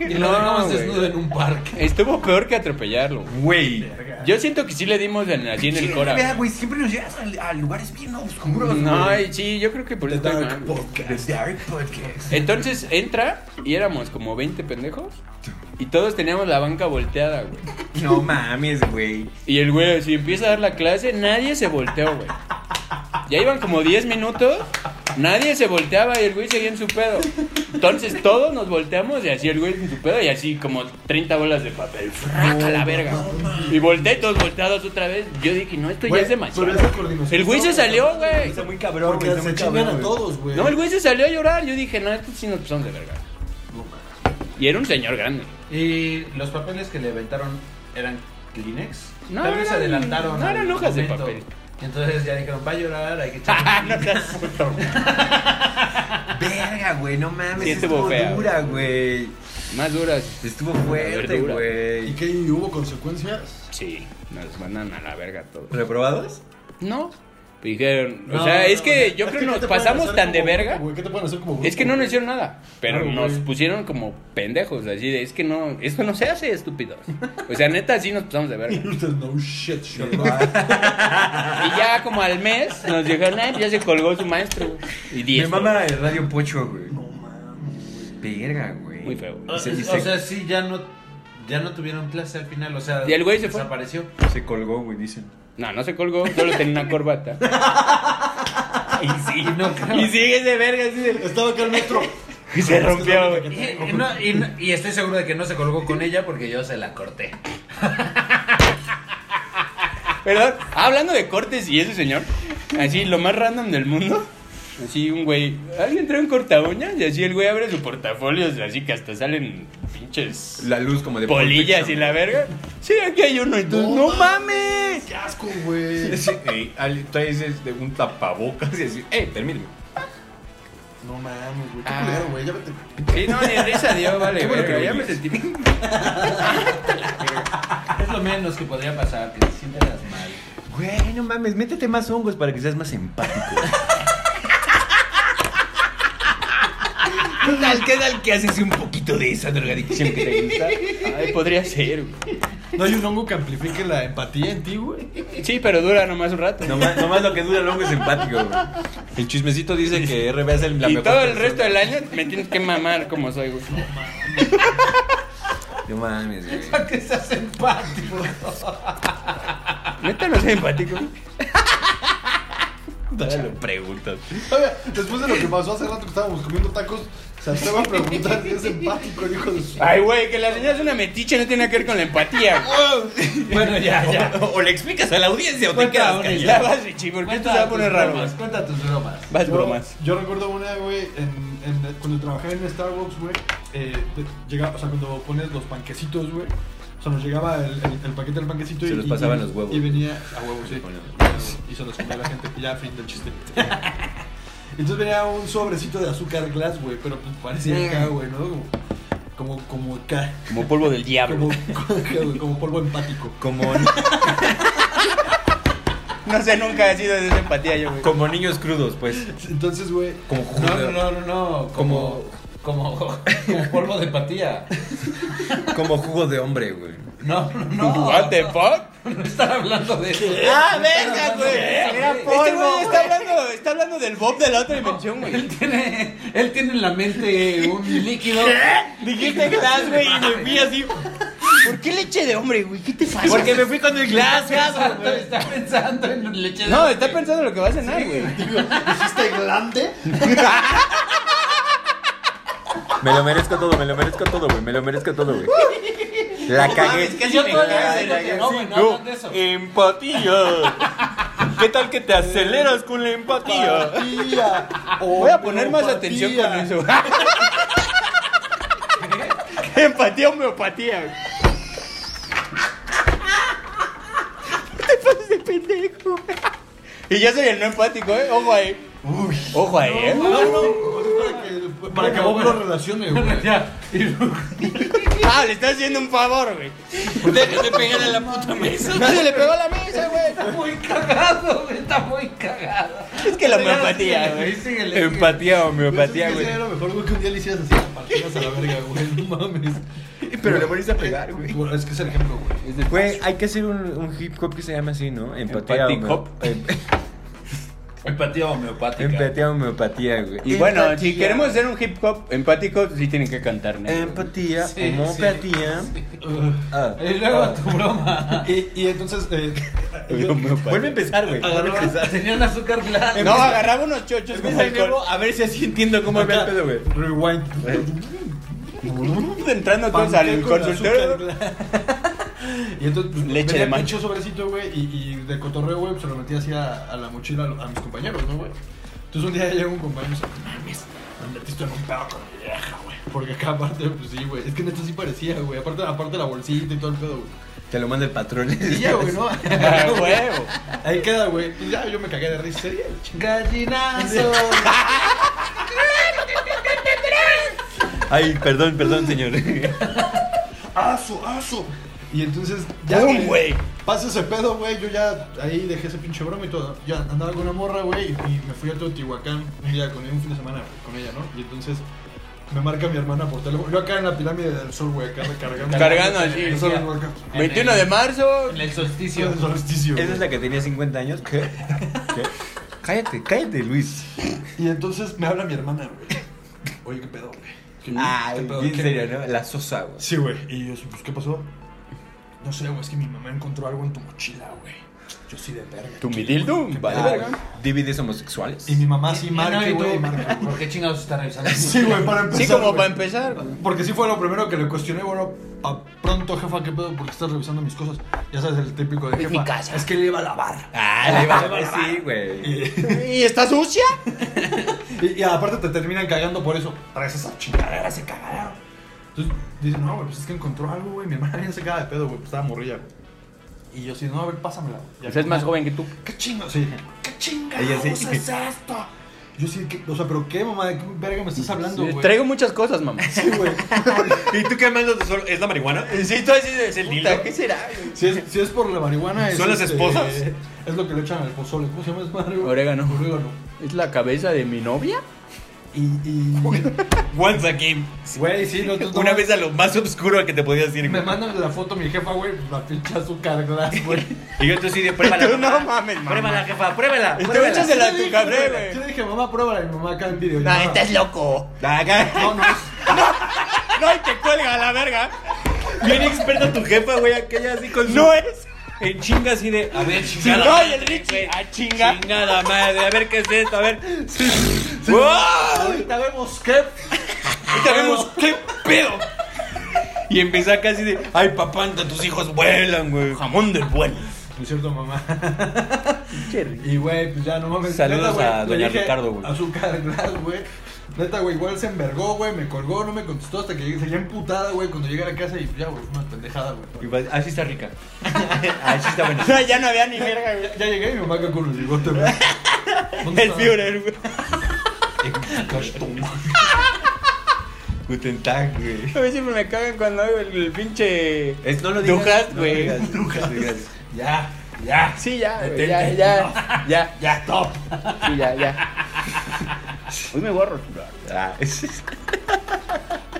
B: Y lo dejamos
D: güey.
B: desnudo en un parque.
D: Estuvo peor que atropellarlo.
C: Güey.
D: Yo siento que sí le dimos en, así en el cora.
C: Vea, güey, siempre nos llevas a, a lugares bien oscuros.
D: No,
C: güey.
D: y sí, yo creo que por eso estoy mal.
C: Podcast. The Dark Podcast.
D: Entonces entra y éramos como 20 pendejos. Y todos teníamos la banca volteada, güey.
C: No mames, güey.
D: Y el güey, si empieza a dar la clase, nadie se volteó, güey. Ya iban como 10 minutos, nadie se volteaba y el güey seguía en su pedo. Entonces todos nos volteamos y así el güey en su pedo y así como 30 bolas de papel. ¡Frac! a la verga! Y volteé todos volteados otra vez. Yo dije, no, esto ya es demasiado. El güey se salió, güey.
C: Está muy cabrón,
A: Porque
C: güey. Está
A: se
C: muy
A: chingan a
C: cabrón. güey.
A: todos, güey.
D: No, el güey se salió a llorar. Yo dije, no, esto sí nos pasaron de verga. Y era un señor grande.
B: Y los papeles que le aventaron eran Kleenex.
D: No,
B: Tal vez se
D: eran-
B: adelantaron.
D: no
B: al
D: eran hojas de
B: momento.
D: papel.
B: Y entonces ya dijeron, va a llorar, hay que
D: Ah,
B: echar.
D: no seas puto.
C: Verga, güey, no mames.
D: Sí, estuvo
C: estuvo
D: fea,
C: dura, güey.
D: Más duras.
C: Estuvo
D: Una
C: fuerte,
D: verdura.
A: ¿Y
C: güey.
A: qué? ¿Y hubo consecuencias?
D: Sí, nos mandan a la verga todos.
C: ¿Reprobados?
D: No. Dijeron, o
A: No,
D: sea, es
A: no,
D: que
A: no.
D: yo creo
A: ¿qué
D: que nos
A: te pueden
D: pasamos
A: hacer
D: tan de
A: como-
D: verga.
A: güey? ¿Qué te pueden hacer como
D: Es que no nos hicieron nada, pero
A: Claro,
D: nos
A: güey.
D: pusieron como pendejos, así de, es que no, esto no se hace, estúpidos. O sea, neta, sí nos pasamos de verga.
A: Ustedes, no shit, shit.
D: Y ya como al mes nos dijeron, ay, ya se colgó su maestro. güey". Y
C: Mi
D: 10.
C: mamá de Radio Pocho, güey.
A: No Ah, mames.
C: Verga, güey.
D: Muy feo.
B: O
C: Se, se-
B: sea, sí, ya no, ya no tuvieron clase al final. O sea,
D: Y el güey se fue.
B: desapareció.
C: se colgó, güey, dicen.
D: No, no se colgó, solo tenía una corbata. Y sí,
B: no creo.
D: y sigue de verga, así de...
A: Estaba acá el metro.
D: Y se rompió, güey.
B: Y, y no- y no- y estoy seguro de que no se colgó con ella porque yo se la corté.
D: Perdón, ah, hablando de cortes y ese señor, así lo más random del mundo. Así un güey, alguien trae un corta uñas y así el güey abre su portafolio, así que hasta salen pinches
C: La luz como de
D: polillas y la verga. Sí, aquí hay uno y tú, no, mames.
A: ¡Qué asco, güey!
C: Ey, Ali, traes este, un tapabocas y así, "Eh, ey, permíteme.
A: No mames, güey. Qué
D: Ah.
A: culero, güey. Ya vete.
D: Sí, no, ni risa dio, vale,
C: Qué bueno
D: verga,
C: que
D: ya
C: lo
D: me
C: dices.
D: sentí.
B: Es lo menos que podría pasar, que te sientas mal.
C: Güey, no mames, métete más hongos para que seas más empático. ¿Qué tal, qué tal que haces un poquito de esa drogadicción que te gusta?
D: Ay, podría ser, güey.
A: ¿No hay un hongo que amplifique la empatía en ti, güey?
D: Sí, pero dura nomás un rato.
C: Nomás, nomás lo que dura luego es empático, güey. El chismecito dice que RB es el- la
D: y
C: mejor
D: todo el
C: persona.
D: resto del año me tienes que mamar como soy, güey.
C: No mames, güey.
B: Para que seas empático.
D: Neta, no soy empático.
C: Todavía lo preguntas.
A: Oiga, después de lo que pasó hace rato que estábamos comiendo tacos, se atreve a preguntar si es empático, el hijo de su...
D: Ay, güey, que la señora es una metiche no tiene nada que ver con la empatía, güey.
B: Bueno, ya, ya.
C: O, o le explicas a la audiencia o te
B: Cuenta
C: quedas
B: una
C: callado.
D: Ya vas, Richie, porque esto se va a poner raro. güey.
B: bromas, Cuenta tus bromas.
D: Vas,
A: Yo-
D: bromas.
A: Yo, recuerdo una, güey, en, en- cuando trabajé en Starbucks, güey, eh, te- llegaba, o sea, cuando pones los panquecitos, güey, o sea, nos llegaba el, el- el paquete del panquecito
C: Se
A: y...
C: los
A: y-
C: pasaban
A: y-
C: los huevos.
A: Y venía... A huevos, sí.
C: Bueno.
A: Y se los comía la gente. Ya, fin del chiste. Entonces venía un sobrecito de azúcar glass, güey, pero pues parecía
D: Eh.
A: acá, güey, ¿no? Como, como, como acá.
D: Como polvo del diablo.
A: Como, como polvo empático.
C: Como,
D: No sé, nunca he sido de esa empatía yo, güey.
C: como niños crudos, pues.
A: Entonces, güey,
C: Como
B: No, no, no, no, no. Como. Como, como polvo de empatía.
C: Como jugo de hombre, güey.
B: No, no, no.
D: What the fuck?
B: No están hablando de eso.
D: Ah,
B: No están
D: verga,
B: hablando
D: güey.
B: de eso,
D: Este güey está hablando, está hablando del Bob de la otra dimensión, güey.
B: Él tiene, él tiene en la mente un líquido.
D: Dijiste glass, güey, y me vi así. ¿Por qué leche de hombre, güey? ¿Qué te pasa?
C: Porque me fui con el glass,
B: Está, está pensando en leche de
D: No,
B: hombre.
D: está pensando lo que va a cenar, güey.
A: ¿dijiste glande?
C: Me lo merezco todo, me lo merezco todo, güey. Me lo merezco todo, güey. La cagué.
B: casi Yo me todavía cago, digo la que cagué. no, güey, no hablan de eso.
C: empatía. ¿Qué tal que te aceleras con la empatía?
A: Tía,
D: Voy a poner más atención con eso. Empatía, homeopatía, güey. No te pases de pendejo. Y yo soy el no empático, eh. Ojo ahí. Ojo ahí, eh.
A: Para que, para que vos lo relaciones, güey.
B: Ya. Y luego-
D: Ah, le estás haciendo un favor, güey.
C: Déjate pegar a la puta mesa.
D: Nadie le pegó a la mesa, güey.
B: Muy cagado, güey, está muy cagado.
D: Es que la
B: Síguele,
D: homeopatía,
B: síguele,
D: güey. Em-
B: síguele.
C: Empatía, homeopatía,
A: Eso
C: güey.
A: sería lo mejor, güey, Pues que un día le hicieras así a partidas a la verga, güey. No mames.
C: Pero le moriste a pegar,
A: Bueno, es que es el ejemplo, güey.
C: Güey, hay que hacer un, un hip hop que se llama así, ¿no? Empatía.
D: Empatí
C: homeo-
D: hop.
C: em-
B: Empatía homeopática.
C: Empatía, homeopatía, güey.
D: Y bueno, si
B: Empatía.
D: queremos hacer un hip hop empático, sí tienen que cantar, ¿no?
C: Empatía,
B: Sí, sí.
C: homeopatía. Ah.
B: Y luego tu broma.
A: Y, y entonces, eh,
D: Homeopatía.
C: Vuelve a empezar, güey.
B: Agarraba- Tenían azúcar glass.
D: No, agarraba unos chochos con
C: Empieza de
D: alcohol.
C: nuevo, a ver si así entiendo cómo va el pedo, güey.
A: rewind.
D: Entrando todos al
A: Panqué con azúcar
D: consultorio.
A: glass. Y entonces, pues,
D: Leche de
A: venía
D: mancha.
A: pinche sobrecito, güey, y, y de cotorreo, güey, pues, se lo metía así a, a la mochila a, lo- a mis compañeros, ¿no, güey? Entonces un día llega un compañero y me dice, mames, me metiste en un pedo con mi vieja, güey. Porque acá aparte, pues sí, güey, es que neta sí parecía, güey, aparte, aparte la bolsita y todo el pedo, güey.
C: Te lo manda el patrón.
A: Y ya, güey, ¿no?
D: Ah, huevo.
A: Ahí queda, güey. Pues ya, yo me cagué de risa, sería el
B: Gallinazo.
C: Ay, perdón, perdón, señor.
A: ¡Aso, aso! Y entonces, ya.
D: ¡Pum, güey!
A: Pasa ese pedo, güey. Yo ya ahí dejé ese pinche broma y todo. Ya andaba con una morra, güey. Y me fui a Teotihuacán un día con ella, un fin de semana con ella, ¿no? Y entonces me marca mi hermana por teléfono. Yo acá en la pirámide del sol, güey, acá recargando.
D: Cargando así.
A: El sol en Oaxaca.
D: 21 de marzo.
B: En el solsticio.
A: El solsticio,
C: Esa es
A: güey.
C: la que tenía 50 años. ¿Qué? ¿Qué? Cállate, cállate, Luis.
A: Y entonces me habla mi hermana, güey. Oye, qué pedo, güey. ¿Qué- qué pedo,
C: bien
A: qué-
C: serio, ¿no? La sosa, güey.
A: Sí, güey. Y yo, sí, pues, ¿qué pasó? No sé, güey, es que mi mamá encontró algo en tu mochila, güey. Yo sí de verga.
D: Tu mitildo. Vale,
C: Ah,
D: verga.
C: DVDs homosexuales.
A: Y mi mamá sí
B: Y- y
A: marca,
B: no, y tú,
A: güey, y marca, güey.
B: ¿Por qué chingados está revisando?
A: Sí, güey, para empezar.
D: Sí, como
A: güey.
D: para empezar.
A: Porque sí fue lo primero que le cuestioné, bueno, a pronto, jefa, ¿qué pedo? Porque estás revisando mis cosas. Ya sabes, el típico de
D: Es
A: jefa.
D: mi casa.
A: Es que le iba a lavar.
C: Ah, le iba a decir, güey.
D: ¿Y está sucia?
A: Y, y aparte te terminan cagando por eso. Traes esa chingadera, se cagaron. Entonces dice, no, güey, pues es que encontró algo, güey. Mi hermana bien se caga de pedo, güey, pues estaba morrilla. güey. Y yo sí, no, a ver, pásamela. güey. Ya
D: Pues es más
A: como-
D: joven que tú.
A: ¿Qué chingo? Sí. ¿Qué chingados
C: Ella sí.
A: es esto? Yo sí, ¿qué? o sea, pero qué, mamá, ¿de qué verga me estás hablando, güey?
D: Traigo muchas cosas, mamá.
A: Sí, güey.
C: ¿Y tú quemando tu sol? ¿Es la marihuana?
D: Sí, tú así de
C: hilo?
D: puta, ¿qué será? güey?
A: Si es, si es por la marihuana, es. este,
C: ¿Son las esposas?
A: Es lo que le echan al pozole. ¿Cómo se llama esa madre, güey?
D: Orégano.
A: Orégano.
D: ¿Es la cabeza de mi novia?
A: Y. y
E: Once again.
A: güey, sí, no, no-
E: Una vez a lo más oscuro al que te podías ir.
A: Me
E: güey.
A: mandan la foto mi jefa, güey, la pinche azúcar glass, güey.
E: Y yo te así de pruébala.
D: Tú,
E: jefa.
D: no mames, mamá.
E: Pruébala, jefa, pruébala.
D: Y tú
E: pruébala.
D: échasela a tu café,
A: Pruébala. Yo
D: güey.
A: le dije, mamá, pruébala, y mi mamá acá en video.
E: No, estás loco.
A: No, no, es-
D: No, y te cuelga a la verga.
E: Bien experta tu jefa, güey, aquella así con su...
D: No es.
E: En chinga así de... A ver, chingada
D: No, y
E: madre,
D: el Richie.
E: güey.
D: A Ah, chinga.
E: Chingada madre, a ver qué es esto, a ver. ¡Wow!
A: ahorita vemos qué.
E: Ahorita vemos qué pedo. Y empieza casi de, ay papá, anda, tus hijos vuelan, güey. Jamón del vuelo.
A: No es cierto, mamá. y, güey, pues ya no mames.
E: Saludos
A: güey,
E: a
A: le
E: doña
A: dije,
E: Ricardo, güey.
A: Azúcar glass, güey. Neta, güey, igual se envergó, güey, me colgó, no me contestó hasta que llegué, seguía emputada, güey, cuando llegué a la casa y pues, ya, güey, fue una pendejada,
E: Y
A: güey.
E: va, Así está rica. Así está buena.
D: O sea, ya no había ni verga, güey.
A: Ya, ya llegué y mi mamá acá con el bigote, güey. ¿Dónde
D: El
A: estaba?
D: Führer, güey.
E: Guten Tag, güey.
D: A mí siempre me cagan cuando hago el, el pinche. eh,
E: Es, no lo digas.
D: Dujas,
E: no
D: güey.
E: digas, no digas.
B: Ya, ya.
D: Sí, ya, güey, ya,
E: Detente.
D: ya, ya,
B: Ya, top.
D: sí, ya, ya. Hoy me voy a rotular.
E: Ah, es-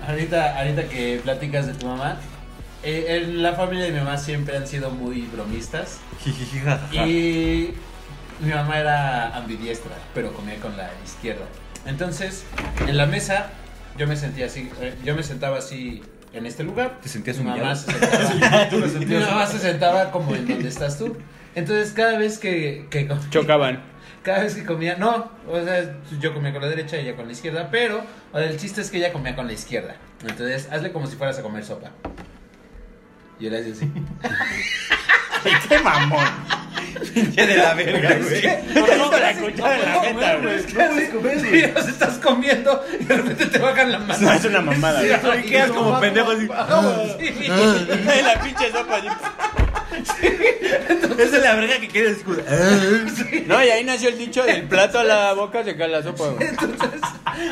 B: Ahorita, ahorita que platicas de tu mamá, eh, en la familia de mi mamá siempre han sido muy bromistas.
E: jijiji, jajaja.
B: Y mi mamá era ambidiestra, pero comía con la izquierda. Entonces, en la mesa, yo me sentía así, eh, yo me sentaba así en este lugar.
E: ¿Te sentías
B: Mi mamá
E: humillado?
B: se sentaba, mi mamá se sentaba como en donde estás tú. Entonces, cada vez que, que com-
D: Chocaban.
B: cada vez que comía, no, o sea, yo comía con la derecha y ella con la izquierda, pero o sea, el chiste es que ella comía con la izquierda. Entonces, hazle como si fueras a comer sopa. Y le hacía así.
D: ¡Qué mamón!
E: Ya de la verga, güey.
D: No, la cuchara en la meta, güey.
B: Sí, los estás comiendo y de repente te bajan la mano.
D: No, es una mamada, güey.
E: Te quedas como pendejo así.
B: Sí.
D: En la pinche sopa, así.
E: Esa es la verga que quieres escuchar.
D: No, y ahí nació el dicho del plato a la boca se cae la sopa, güey.
B: Entonces,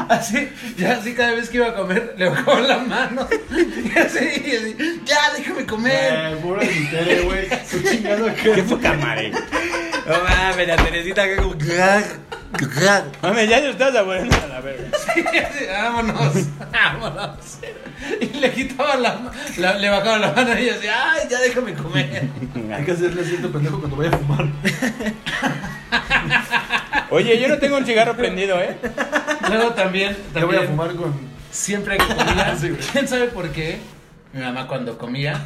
B: así, ya así cada vez que iba a comer, le bajaba la mano. Y así, y así, ya, déjame comer.
A: Eh, pura interés, güey. Tú chingando que.
E: Qué poca madre. No mames, la Teresita que como.
D: Mame, ya se está saboreando a la verga.
B: Y así, vámonos, vámonos. Y le quitaba la, ma- la- le bajaba la mano y así, ay, ya déjame comer.
A: Hay que hacerle cierto pendejo cuando vaya a fumar.
D: Oye, yo no tengo un cigarro prendido, ¿eh?
B: Luego también,
A: Ya voy
B: también
A: a fumar con.
B: Siempre que comía,
A: Sí, güey.
B: quién sabe por qué, mi mamá cuando comía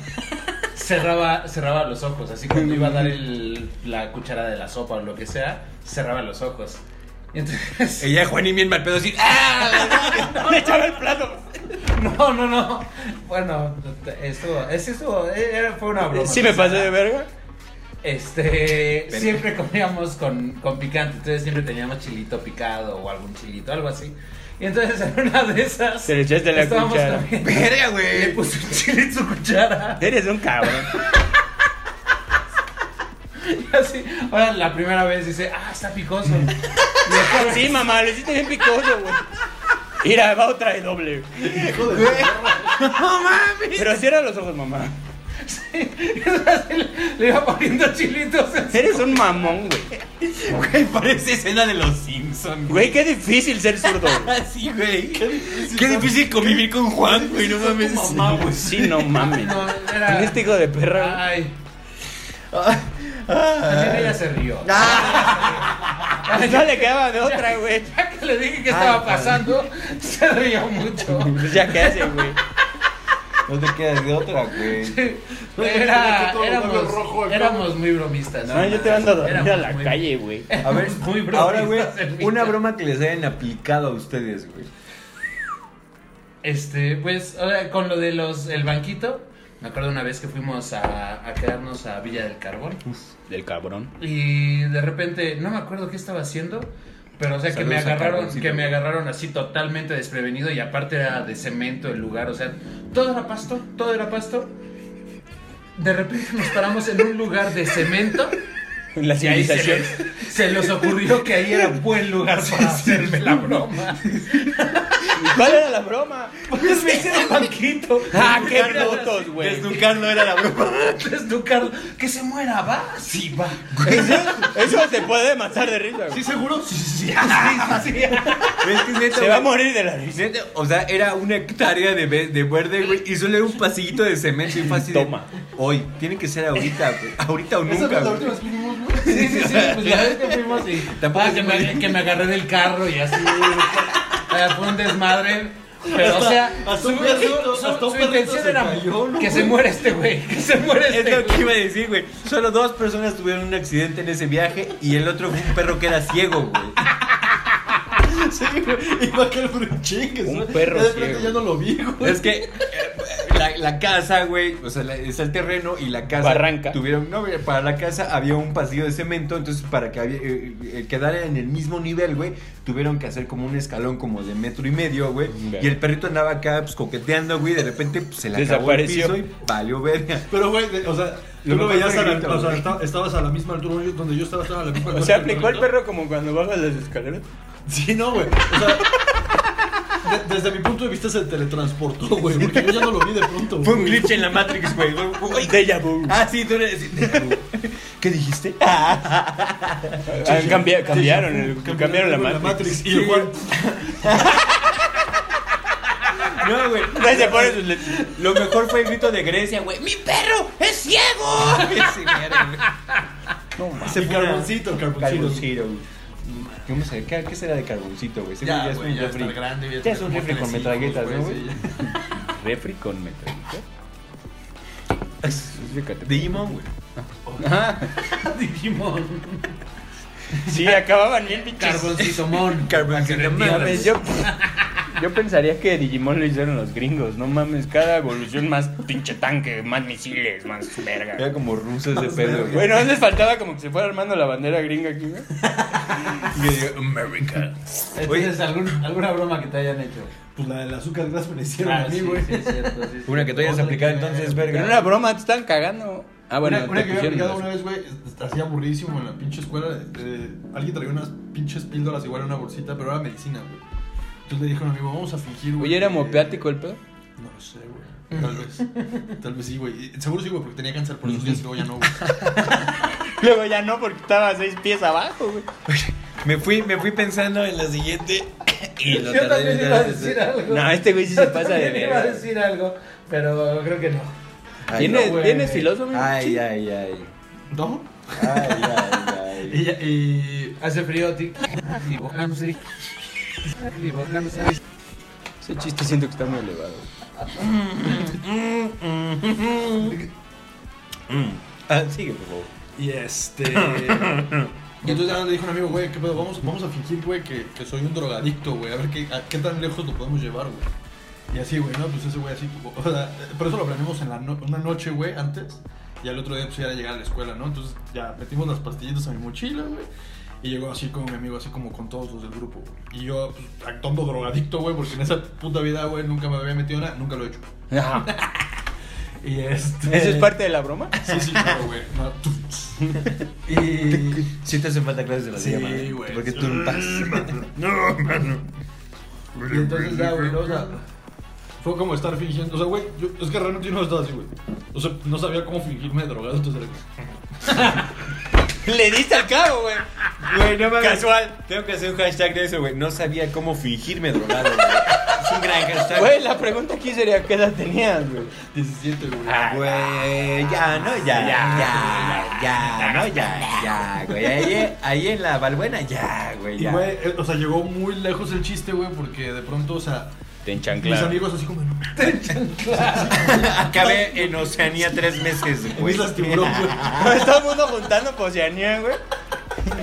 B: cerraba, cerraba los ojos, así cuando iba a dar el- la cucharada de la sopa o lo que sea, cerraba los ojos. Y Entonces,
E: Ella, Juanín, bien mal pedo así. ¡Ah!
D: Le echaba el plato.
B: no, no, no. Bueno, esto, es esto, era- fue una broma.
D: Eh, Sí me pasé de verga.
B: Este, siempre comíamos con, con picante, entonces siempre teníamos chilito picado o algún chilito, algo así. Y entonces en una de esas
D: Te le echaste la
B: estábamos
D: cuchara.
B: comiendo,
E: Verga,
B: le
E: güey.
B: puse un chile en su cuchara.
D: Eres un cabrón.
B: Así, ahora la primera vez dice, ah, está picoso. Y
D: Sí, mamá, lo hiciste bien picoso, güey. Mira, va otra de doble.
E: No mames.
D: Pero cierra los ojos, mamá.
B: después, así, le- le iba poniendo chilitos. así.
D: Eres un mamón, güey.
E: Güey, parece escena de los Simpsons,
D: Güey, qué difícil ser zurdo. güey.
E: Así, güey. Qué difícil convivir con Juan, güey. No mames.
A: mamá, güey.
D: Sí, no mames.
B: No,
D: Con
B: era...
D: este hijo de perra.
B: Ay, también
E: Ah.
B: ella se rió.
D: güey. Ah, No le quedaba de otra, güey.
B: Ya que le dije que
D: Ah,
B: estaba pasando, se rió mucho.
D: Pues ya qué hace, güey.
E: No te quedas de otra, güey.
B: Era,
A: Todo
B: éramos,
A: rojo acá.
B: éramos muy bromistas.
D: No, yo te ando a dormir a
B: Éramos
D: la
B: muy-
D: calle, güey.
E: A ver,
B: Muy bromistas,
E: ahora, güey,
B: Elvita.
E: una broma que les hayan aplicado a ustedes, güey.
B: Este, pues, ahora con lo de los, el banquito, me acuerdo una vez que fuimos a, a quedarnos a Villa del Carbón.
D: Del cabrón.
B: Y de repente, no me acuerdo qué estaba haciendo, pero o sea, que me
E: Saludos a
B: agarraron,
E: Carboncito.
B: que me agarraron así totalmente desprevenido y aparte era de cemento el lugar, o sea, todo era pasto, todo era pasto. De repente nos paramos en un lugar de cemento
D: La
B: Y ahí se,
D: civilización.
B: les- se les ocurrió que ahí era buen lugar para hacerme la broma.
D: ¿Cuál era la broma?
B: Pues me hicieron banquito.
D: Ah, qué putos, güey.
E: Desnucarlo era la broma.
B: Desnucarlo. Que se muera, va. Sí, va.
D: Eso te puede matar de risa, güey.
A: ¿Sí seguro? Sí, sí, sí.
B: Sí, sí, sí.
C: Pero es que es neta,
D: Se
C: güey.
D: va a morir de la risa.
C: Neta, O sea, era una hectárea de, ve- de verde, güey, y solo era un pasillito de cemento y fácil.
D: Toma.
C: Hoy, tiene que ser ahorita, güey. Ahorita o
A: Esa
C: nunca,
A: fue la
C: güey.
A: última vez que vimos, güey.
B: Sí, sí, sí, pues la vez que fuimos y...
C: Tampoco
B: Ah,
C: es
B: que,
C: muy-
B: me, que me agarré del carro y así... eh, Fue un desmadre. Pero, o sea,
A: hasta
B: su,
A: un perrito-
B: su-
A: hasta un
B: su
A: perrito
B: intención
A: se
B: era
A: cayó, ¿no,
B: que
A: güey?
B: se muera este güey, que se muera
C: Es
B: este
C: lo que
B: güey.
C: iba a decir, güey. Solo dos personas tuvieron un accidente en ese viaje y el otro fue un perro que era ciego, güey.
A: Sí, güey. Iba a caer por un chingue,
D: Un
A: güey.
D: perro
A: Ya de pronto
D: ciego.
A: ya no lo vi, güey.
C: Es que eh, la, la casa, güey, o sea, la- está el terreno y la casa.
D: Barranca.
C: Tuvieron, no, güey, para la casa había un pasillo de cemento, entonces para que había- eh, eh, quedara en el mismo nivel, güey, tuvieron que hacer como un escalón como de metro y medio, güey.
D: Verga.
C: Y el perrito andaba acá, pues coqueteando, güey, de repente pues, se le
D: Desapareció.
C: acabó el piso y valió verga.
A: Pero, güey, de- o sea, tú
C: Lo
A: lo
C: mejor
A: veías a
C: perrito,
A: la, o sea,
C: güey.
A: esta- estabas a la misma altura yo- donde yo estaba, estaba a la misma altura.
D: O sea,
A: que
D: aplicó el
A: perrito.
D: perro como cuando bajas las escaleras.
A: Sí, no, güey. O sea, de- desde mi punto de vista se teletransportó, güey. Porque yo ya no lo vi de pronto. güey.
C: Fue un glitch en la Matrix, güey. Uy,
D: Deja vu.
C: Ah, sí, tú eres. ¿Qué dijiste?
D: Ah, cambia- cambiaron, el- cambiaron la matriz.
A: Y el Juan,
C: No, güey.
D: Ahí se pone sus letras.
C: Lo mejor fue el grito de Grecia, güey. ¡Mi perro es ciego! Ese mierda, güey.
A: y carboncito, carboncito.
C: Carboncito, güey. Yo no sé, ¿qué, qué será de carboncito, güey? Seguro
A: Ya, güey, ya
C: refri.
A: está grande. Ya,
D: Este
C: es un refri con metralletas, ¿no, güey?
D: Refri con metralleta. Fíjate.
C: Digimon, güey.
B: Digimon.
D: Sí, acababan bien pinches.
B: Carboncitomón.
C: Carboncitomón.
B: Para que
D: Mames,
B: entiendas.
D: yo, yo pensaría que Digimon lo hicieron los gringos. No mames, cada evolución más pinche tanque, más misiles, más
C: Era
D: verga.
C: como rusas de pedo, güey.
D: Bueno, les faltaba como que se fuera armando la bandera gringa aquí, güey.
C: Y yo digo, America.
B: Entonces, algún- alguna broma que te hayan hecho.
A: Pues la del azúcar gras me la hicieron a
D: Ah,
B: sí,
A: mí,
B: sí,
A: güey.
B: es cierto, sí, sí.
C: Una que tú hayas
A: Otra
C: aplicado
A: que me-
C: entonces,
D: Pero
C: verga.
D: en una broma, te están cagando. Ah, bueno,
A: una, una
D: te
A: que había aplicado
D: pusieron los-
A: una vez, güey, est- hacía aburridísimo en la pinche escuela. eh, alguien traía unas pinches píldoras igual en una bolsita, pero era medicina, güey. Entonces le dije a un amigo, vamos a fingir, güey.
D: Oye, ¿era
A: que-
D: homeopático el pedo?
A: No lo sé, güey. Tal vez. Tal vez sí, güey. Seguro sí, güey, porque tenía cáncer por esos días y luego ya no, güey.
D: Luego ya no, porque estaba seis pies abajo, güey.
C: Me fui, me fui pensando en la siguiente. Y lo
B: Yo
C: tardé
B: también
C: en
B: iba a
C: dar-
B: decir algo.
D: No, este güey sí
B: Yo
D: se pasa de
B: también iba a
D: verga.
B: decir algo, pero creo que no.
C: Ay,
D: ¿Tienes,
B: no, güey.
D: ¿tienes filósofo?
C: Ay, ay, ay.
A: ¿No?
C: Ay, ay, ay.
A: Y, ya- y
B: Hace frío, ti. Y bajamos, y- y bajamos, y-
D: Ese chiste siento que está muy elevado.
C: Mm. Ah, sigue, por favor.
A: Y este. Y entonces ya le dijo un amigo, güey, ¿qué pedo? Vamos, vamos a fingir, güey, que, que soy un drogadicto, güey. A ver qué, a qué tan lejos lo podemos llevar, güey. Y así, güey, ¿no? Pues ese güey así. como- O sea, por eso lo planeamos en la no- una noche, güey, antes. Y al otro día, pues ya era llegar a la escuela, ¿no? Entonces ya metimos las pastillitas a mi mochila, güey. Y llegó así como mi amigo, así como con todos los del grupo, güey. Y yo, pues, actuando drogadicto, güey, porque en esa puta vida, güey, nunca me había metido nada, nunca lo he hecho.
D: Ajá.
A: Y este.
D: ¿Eso es parte de la broma?
A: Sí, sí, claro, güey. No, y.
C: Eh, Sí te hacen falta clases de la
A: Sí,
C: llama,
A: güey.
C: Porque tú no pasas.
A: Y entonces ya, güey, ¿no? o sea, fue como estar fingiendo. O sea, güey, yo, es que realmente yo no estaba así, güey. O sea, no sabía cómo fingirme drogado, entonces era como,
D: Le diste al cabo, güey.
C: Güey, no mames.
D: Casual.
C: Tengo que hacer un hashtag de eso, güey. No sabía cómo fingirme drogado, güey. Es un gran hashtag.
D: Güey, la pregunta aquí sería: ¿qué edad tenías, güey?
A: 17, güey.
C: Ah, Güey, ya, no, ya, ya, ya, no, ya, ya, güey. Ahí, ahí en la balbuena, ya, güey,
A: Y,
C: ya.
A: güey, eh, o sea, llegó muy lejos el chiste, güey, porque de pronto, o sea,
D: Te
A: mis
D: enchanclaron.
A: amigos así como, no, mames,
C: Acabé en Oceanía tres meses,
A: en
C: güey.
A: Islas Tiburón, güey.
D: Todo el mundo juntando por Oceanía, güey.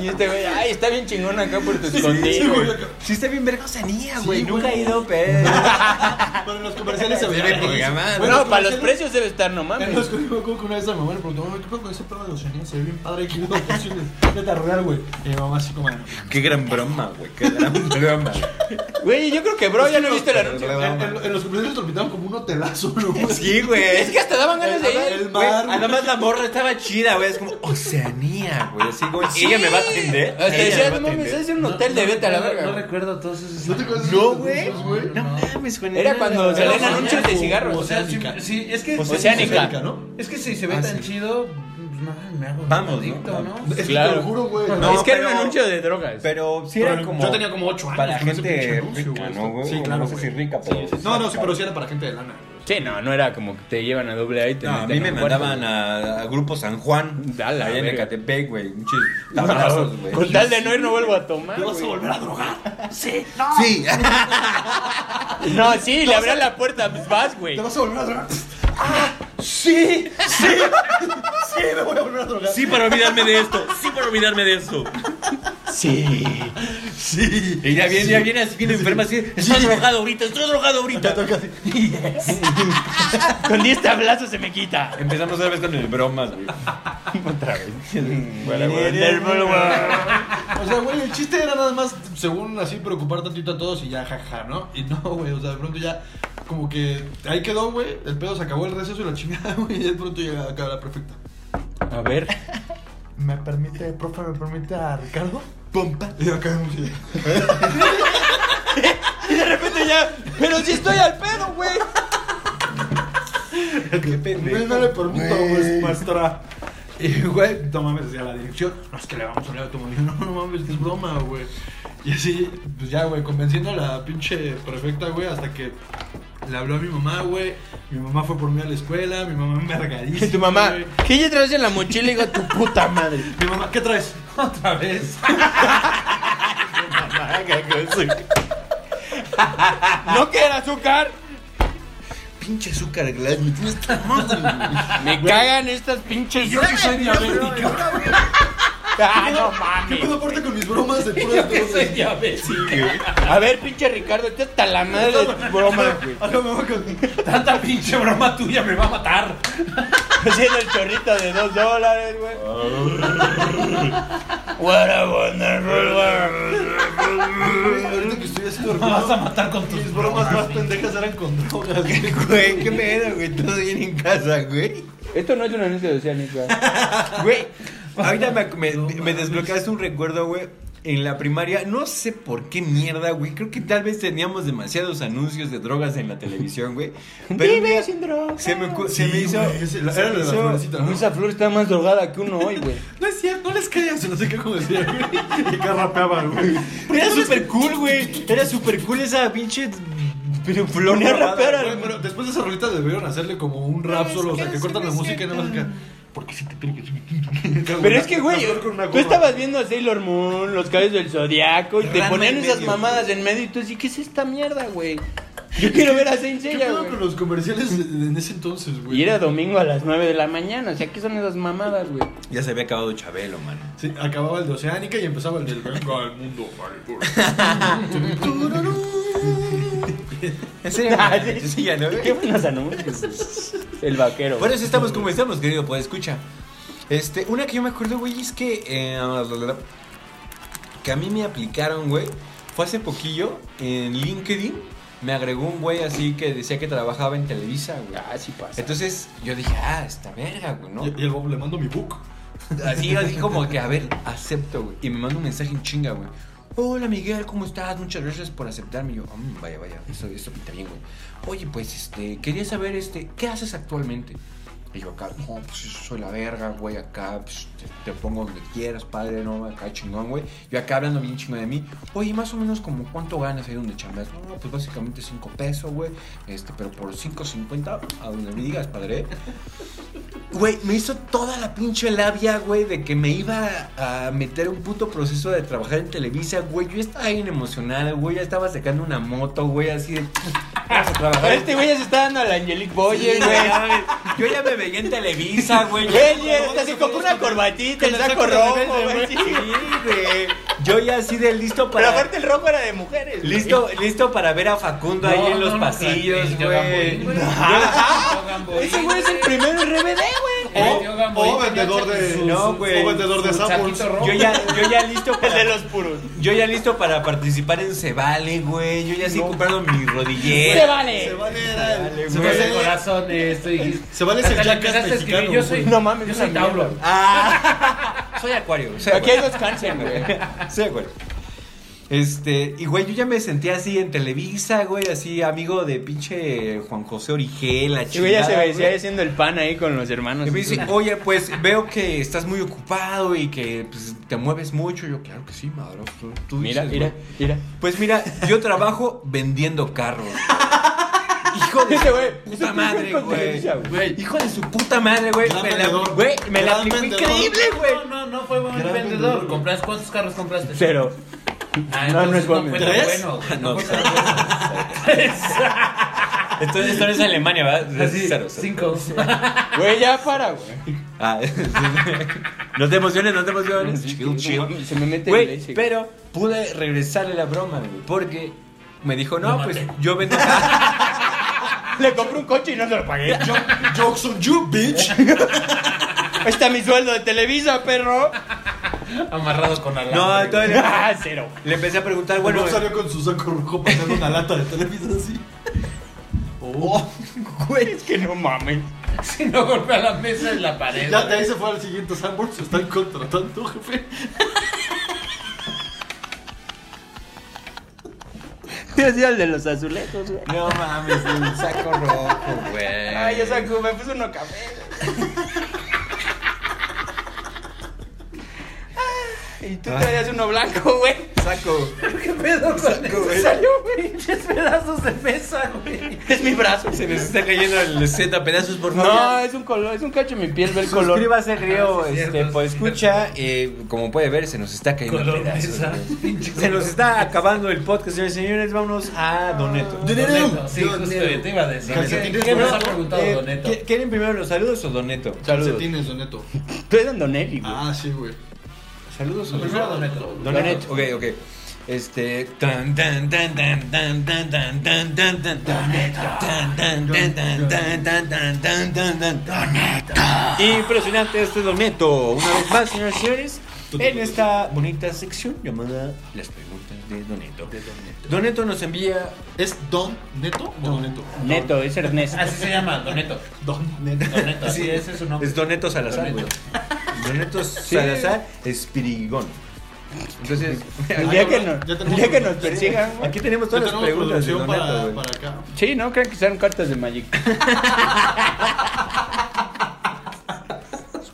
D: Y este güey, ay, está bien chingón acá por tu escondido.
A: güey.
C: Sí está bien vergonzanía, güey.
A: Sí,
C: Nunca he
A: güey.
C: ido, pero...
A: Bueno, en los comerciales se veía
C: Debe
A: vergüenza.
C: programar.
A: Bueno,
D: no, para los
A: comerciales-
D: precios debe estar, no
A: En
D: mames.
A: los me acuerdo que una vez a mi mamá le preguntó, "Ay, ¿qué pedo con ese pedo de los ceniz? Se ve bien padre, quiero dos pociones. Vete a rogar, güey. Y mi mamá así como...
C: Qué gran broma, güey. Qué gran broma.
D: Güey, yo creo que, bro, ya no viste el anuncio.
A: En, en- en los cumpleaños te invitaban como un hotelazo, ¿no? güey?
C: Sí, güey.
D: Es que hasta daban ganas de
A: El-
D: ir.
A: el mar.
C: Güey, además la morra estaba chida, güey. Es como Oceanía, güey. Así como, ella me va a atender.
D: Hasta
C: ella
D: decía,
C: me va
D: no
C: a
D: mames,
C: atender".
D: es un hotel de vete a la verga.
B: No
D: güey.
B: recuerdo todos esos.
A: ¿No te acuerdas de
C: No,
A: esos
C: güey.
A: anuncios, güey?
C: No mames, güey.
D: Era cuando se
B: Pero
D: ven
B: no,
D: anuncios de
B: o-
D: cigarros.
B: O sea, sí,
A: Oceánica.
B: sí, es que.
D: Oceánica.
A: ¿no?
B: Es que si se ve
C: Ah,
B: tan
C: sí.
B: chido, pues, no, me hago
C: Vamos, ¿no?
B: adicto, ¿no?
A: Es que
D: Claro.
A: te lo juro, güey.
C: No,
D: es que era un
C: pero-
D: anuncio de drogas.
C: Pero sí era
A: Pero
C: como...
A: Yo tenía como 8 años.
C: Para
A: con ese pinche
C: gente
A: anuncio,
C: rica,
A: güey.
C: ¿no, güey?
A: Sí, claro,
C: No sé si
A: güey.
C: rica, pero...
A: No, no, sí, pero sí era para gente de lana. güey.
D: Sí, no, no era como que te llevan a doble A y te
C: No, a
D: meten
C: mí me
D: un cuarto.
C: mandaban a, a Grupo San Juan.
D: Da la
C: allá en
D: verga.
C: Ecatepec, güey. Muchos
D: No,
C: tabrazos, güey.
D: Con tal de no ir, no vuelvo a tomar.
A: ¿Te vas a
D: güey.
A: volver a drogar?
C: Sí.
D: No, sí, le abrían la puerta, pues vas, güey.
A: ¿Te vas a volver a drogar? Sí,
C: Ah, sí.
A: me voy a volver a drogar.
E: Sí, para olvidarme de esto. Sí, para olvidarme de esto.
D: Sí.
A: Sí.
E: Y ya viene, ya viene así, bien enferma, así. Estoy drogado ahorita, estoy drogado ahorita.
D: Con 10 tablazos se me quita.
C: Empezamos otra vez con el bromas, güey.
D: Otra vez.
A: O sea, güey, el chiste era nada más, según así, preocupar tantito a todos y ya, jaja, ¿no? Y no, güey, o sea, de pronto ya, como que ahí quedó, güey, el pedo se acabó el receso y la chingada, güey, y de pronto llega acá la perfecta.
D: A ver.
A: ¿Me permite, profe, me permite a Ricardo? Pompa. Y acá vemos y-
D: Y de repente ya. Pero si estoy al pedo, güey.
A: Güey, no le permito, güey, maestra. Y, güey, no mames, decía la dirección. No, es que le vamos a hablar a tu mamá. Yo, No, no mames, que es broma, güey. Y así, pues ya, güey, convenciendo a la pinche perfecta, güey, hasta que le habló a mi mamá, güey. Mi mamá fue por mí a la escuela, mi mamá me regalísima.
D: Y tu mamá.
A: güey.
D: ¿Qué ya traes en la mochila? Y digo, tu puta madre.
A: Mi mamá, ¿qué traes? Otra vez.
D: ¿No que era azúcar?
C: Pinche azúcar glass, me tienes tan
D: Me cagan estas pinches.
A: Yo que soy diabético.
D: Ah, no
A: ¿Qué
D: mames.
A: puedo Pues aparte con mis bromas de pura droga?
D: A ver, pinche Ricardo, te hasta la madre de tus bromas, güey.
A: Ahora me voy con...
B: Tanta pinche broma tuya me va a matar.
D: Haciendo el chorrito de dos dólares, güey. What a wonderful world.
A: Ahorita que estoy haciendo
B: Me vas a
A: bromas,
B: matar con tus
A: mis bromas más pendejas eran con drogas, güey.
C: Güey, qué pedo, güey. Todo bien en casa, güey.
D: Esto no es un anuncio de Oceánica.
C: Güey, ahorita me, me- me desbloqueaste un recuerdo, güey. En la primaria, no sé por qué mierda, güey. Creo que tal vez teníamos demasiados anuncios de drogas en la televisión, güey. Pero un día
D: Vive sin drogas.
C: se me, ocu- se
A: Sí,
C: me hizo.
A: güey, ese- la-
C: se
A: era
C: me
A: la de la
C: hizo-
A: florecita, ¿no?
D: Esa flor está más drogada que uno hoy, güey.
A: No es cierto, no les creas, no sé qué como decía, güey. Y que rapeaba, güey.
C: Era súper cool, güey. Era súper cool esa pinche. Pero
A: Ponía
C: flonea
A: rapear
C: rapera,
A: al- Bueno, pero después de esa rolita debieron hacerle como un rap solo, o sea, que cortan la música y nada más acá. Porque si te tiene que.
D: Pero es que, güey,
A: Una flor con una
D: tú
A: goma.
D: estabas viendo a Sailor Moon, los cabellos del zodiaco y te
C: Rama
D: ponían
C: en
D: esas
C: medio,
D: mamadas en medio y tú así, ¿qué es esta mierda, güey? Yo quiero ver a Saint
A: ¿Qué
D: Seiya,
A: pedo
D: güey.
A: con los comerciales en ese entonces, güey?
D: Y era domingo a las 9 de la mañana, o sea, ¿qué son esas mamadas, güey?
C: Ya se había acabado Chabelo, man.
A: Sí, acababa el de Oceánica y empezaba el del Venga al mundo,
C: ¿En serio?
D: Ah,
C: güey?
D: sí.
C: Sí, ya no, güey.
D: Qué buenos anuncios. güey. El vaquero.
C: Por eso estamos como estamos, querido, pues escucha. Este, una que yo me acuerdo, güey, es que. eh, la, la, la, que a mí me aplicaron, güey. Fue hace poquillo en LinkedIn. Me agregó un güey así que decía que trabajaba en Televisa, güey.
D: Ah, sí pasa.
C: Entonces yo dije, ah, esta verga, güey, ¿no?
A: Y el Bob le mando mi book.
C: Así, así como que, a ver, acepto, güey. Y me manda un mensaje en chinga, güey. Hola Miguel, ¿cómo estás? Muchas gracias por aceptarme. Y yo, "Mm, vaya, vaya, eso, eso pinta bien, güey. Oye, pues, este, quería saber, este, ¿qué haces actualmente? Y yo acá, no, pues soy la verga, güey, acá, pues, te, te pongo donde quieras, padre, no, acá chingón, güey. Yo acá hablando bien chingón de mí. Oye, más o menos como cuánto ganas ahí donde chambas. No, pues básicamente 5 pesos, güey. Este, pero por 5.50 a donde me digas, padre. Güey, me hizo toda la pinche labia, güey, de que me iba a meter un puto proceso de trabajar en Televisa, güey. Yo estaba bien emocional, güey. Ya estaba sacando una moto, güey, así de. Vamos a trabajar.
D: Este güey ya se está dando a la Angelique Boyer,
C: Sí,
D: güey.
C: güey, ya me- Yo ya me veía en Televisa, güey.
D: Güey, ya está así como una corbatita, el saco rojo, güey.
C: Sí, güey. Yo ya así de listo
D: Pero
C: para.
D: aparte el rojo era de mujeres. güey.
C: Listo, listo para ver a Facundo ahí
B: No,
C: en los
B: no, no,
C: pasillos,
B: el tío
C: güey.
B: Gamboín, güey.
D: Ese güey es el primero en RBD, güey.
A: O,
B: Yo, Gambo,
A: o
B: yo
A: Oh, vendedor
B: tenía
A: de.
B: su-
C: no,
A: su-
C: güey,
A: O vendedor de
B: su
A: sapos.
B: saquito rojo.
C: Yo ya, yo ya listo
D: El de
C: para.
D: los puros.
C: Yo ya listo para participar en Se Vale, güey. Yo ya sí comprando mi rodillera.
A: Se
D: vale.
A: vale, era el-
B: Se
A: se vale
B: el corazón, esto. Y...
A: Se vale ser
B: Hasta le
A: jackass
B: empezaste a escribir,
A: mexicano.
B: Yo soy,
A: güey.
D: No mames,
B: yo
D: es
B: soy
D: una
B: Tauro.
D: mierda.
C: Ah, soy acuario. Soy
D: Aquí hay
C: acuario.
D: dos cáncer, güey.
C: Sí, güey. Este, y güey, yo ya me sentía así en Televisa, güey, así amigo de pinche Juan José Origel, la
D: Y güey ya se
C: chingada,
D: veía haciendo el pan ahí con los hermanos.
C: Y me dice, oye, pues veo que estás muy ocupado y que pues, te mueves mucho. Yo, claro que sí, madre. Tú, tú
D: Mira,
C: dices,
D: mira,
C: güey.
D: mira.
C: Pues mira, yo trabajo vendiendo carros. Hijo de
D: Este güey,
C: su
D: este
C: puta
D: güey
C: madre,
D: con
C: güey.
D: Televisa, güey.
B: Güey.
C: Hijo de su puta madre, güey.
A: Gran
C: Me la,
A: vendedor.
C: güey, me la
A: Gran
C: aplicó
A: vendedor.
C: increíble, güey.
B: No, no, no fue buen
A: Gran
B: vendedor.
A: vendedor.
B: ¿Compras cuántos carros compraste?
D: Cero.
B: Ah,
D: No,
B: no,
D: no
B: no
D: es buen
B: fue
A: vendedor.
B: tan bueno. güey,
C: No.
B: No, fue tan bueno.
C: Entonces, esto no es Alemania, ¿verdad? Es
B: Así,
C: cero, cero.
B: cinco.
D: Güey, ya para, güey.
C: Ah, no te emociones, no te emociones. Chill, chill.
D: Se me mete el
C: Güey,
D: leche, güey.
C: pero pude regresarle la broma, güey, porque me dijo, no,
B: Lo
C: pues
B: maté.
C: yo vendo carros.
D: Le compré un coche y no se lo pagué.
A: Jo- Jokes on you, bitch.
D: Ahí está mi sueldo de Televisa, perro.
B: Amarrado con alambre.
C: No, entonces le-
D: Ah, cero.
C: le empecé a preguntar, bueno,
A: Bueno, eh, salió con su saco rojo pasando una lata de Televisa así.
D: Güey, es que no mames.
B: Si no golpea la mesa en la pared.
A: Ya de
B: güey.
A: ahí se fue al siguiente Sanborns. Se están contratando, jefe.
D: Te hacía el de los azulejos, güey.
C: No mames, el saco rojo, güey.
D: Ay, Ah, yo saco, me puse uno café. Ah, Y tú traías uno blanco, güey.
C: saco.
B: ¿Qué pedo con eso?
C: güey.
B: Salió pinches pedazos de mesa, güey.
D: Es mi brazo, se
C: Se les
D: me...
C: está cayendo el Z a pedazos, por favor.
D: No, es un color, es un cacho en mi piel, ve el color.
C: Suscríbase, Río.
B: Ah, sí,
C: este,
B: cierto,
C: pues
B: sí,
C: escucha, eh, como puede ver, se nos está cayendo a
B: Color
C: pedazos,
B: mesa.
C: güey.
B: Pinche
C: Se nos
B: color.
C: está acabando el podcast, señores y señores. Vámonos a Doneto.
B: Doneto, sí,
A: Doneto.
B: justo te iba a decir.
A: Calcetines,
B: ¿Qué nos
A: Doneto.
B: ha preguntado
C: Eh,
B: Doneto?
C: ¿qu- ¿Quieren primero los saludos o Doneto?
D: Saludos.
A: Calcetines, Doneto.
D: Tú eres Donelli, güey.
A: Ah, sí, güey.
C: Saludos o
B: Primero Doneto.
C: Doneto. Ok, ok. Este. tan, tan, tan, tan, tan, tan, tan, tan, tan, tan, tan, tan, tan, tan, tan, tan, tan, tan, tan, tan. Impresionante este Doneto. Una vez más, señores y señores, en esta bonita sección llamada Las preguntas de Doneto. Doneto nos envía.
A: ¿Es Don Neto o Doneto?
D: Neto, es Ernesto.
A: Ah,
B: Así se llama, Doneto.
A: Don Neto.
B: Doneto, sí, ese es su nombre.
C: Es Doneto Salazar, güey.
B: Doneto.
C: Doneto Salazar Espirigón. Entonces,
D: El día que nos,
A: Ya tenemos
D: el día que nos
A: producción.
D: persigan, güey.
C: aquí tenemos todas las
A: tenemos
C: preguntas de
A: producción
C: Doneto,
A: para,
C: güey.
A: para acá.
D: Sí, no crean que sean cartas de Magic.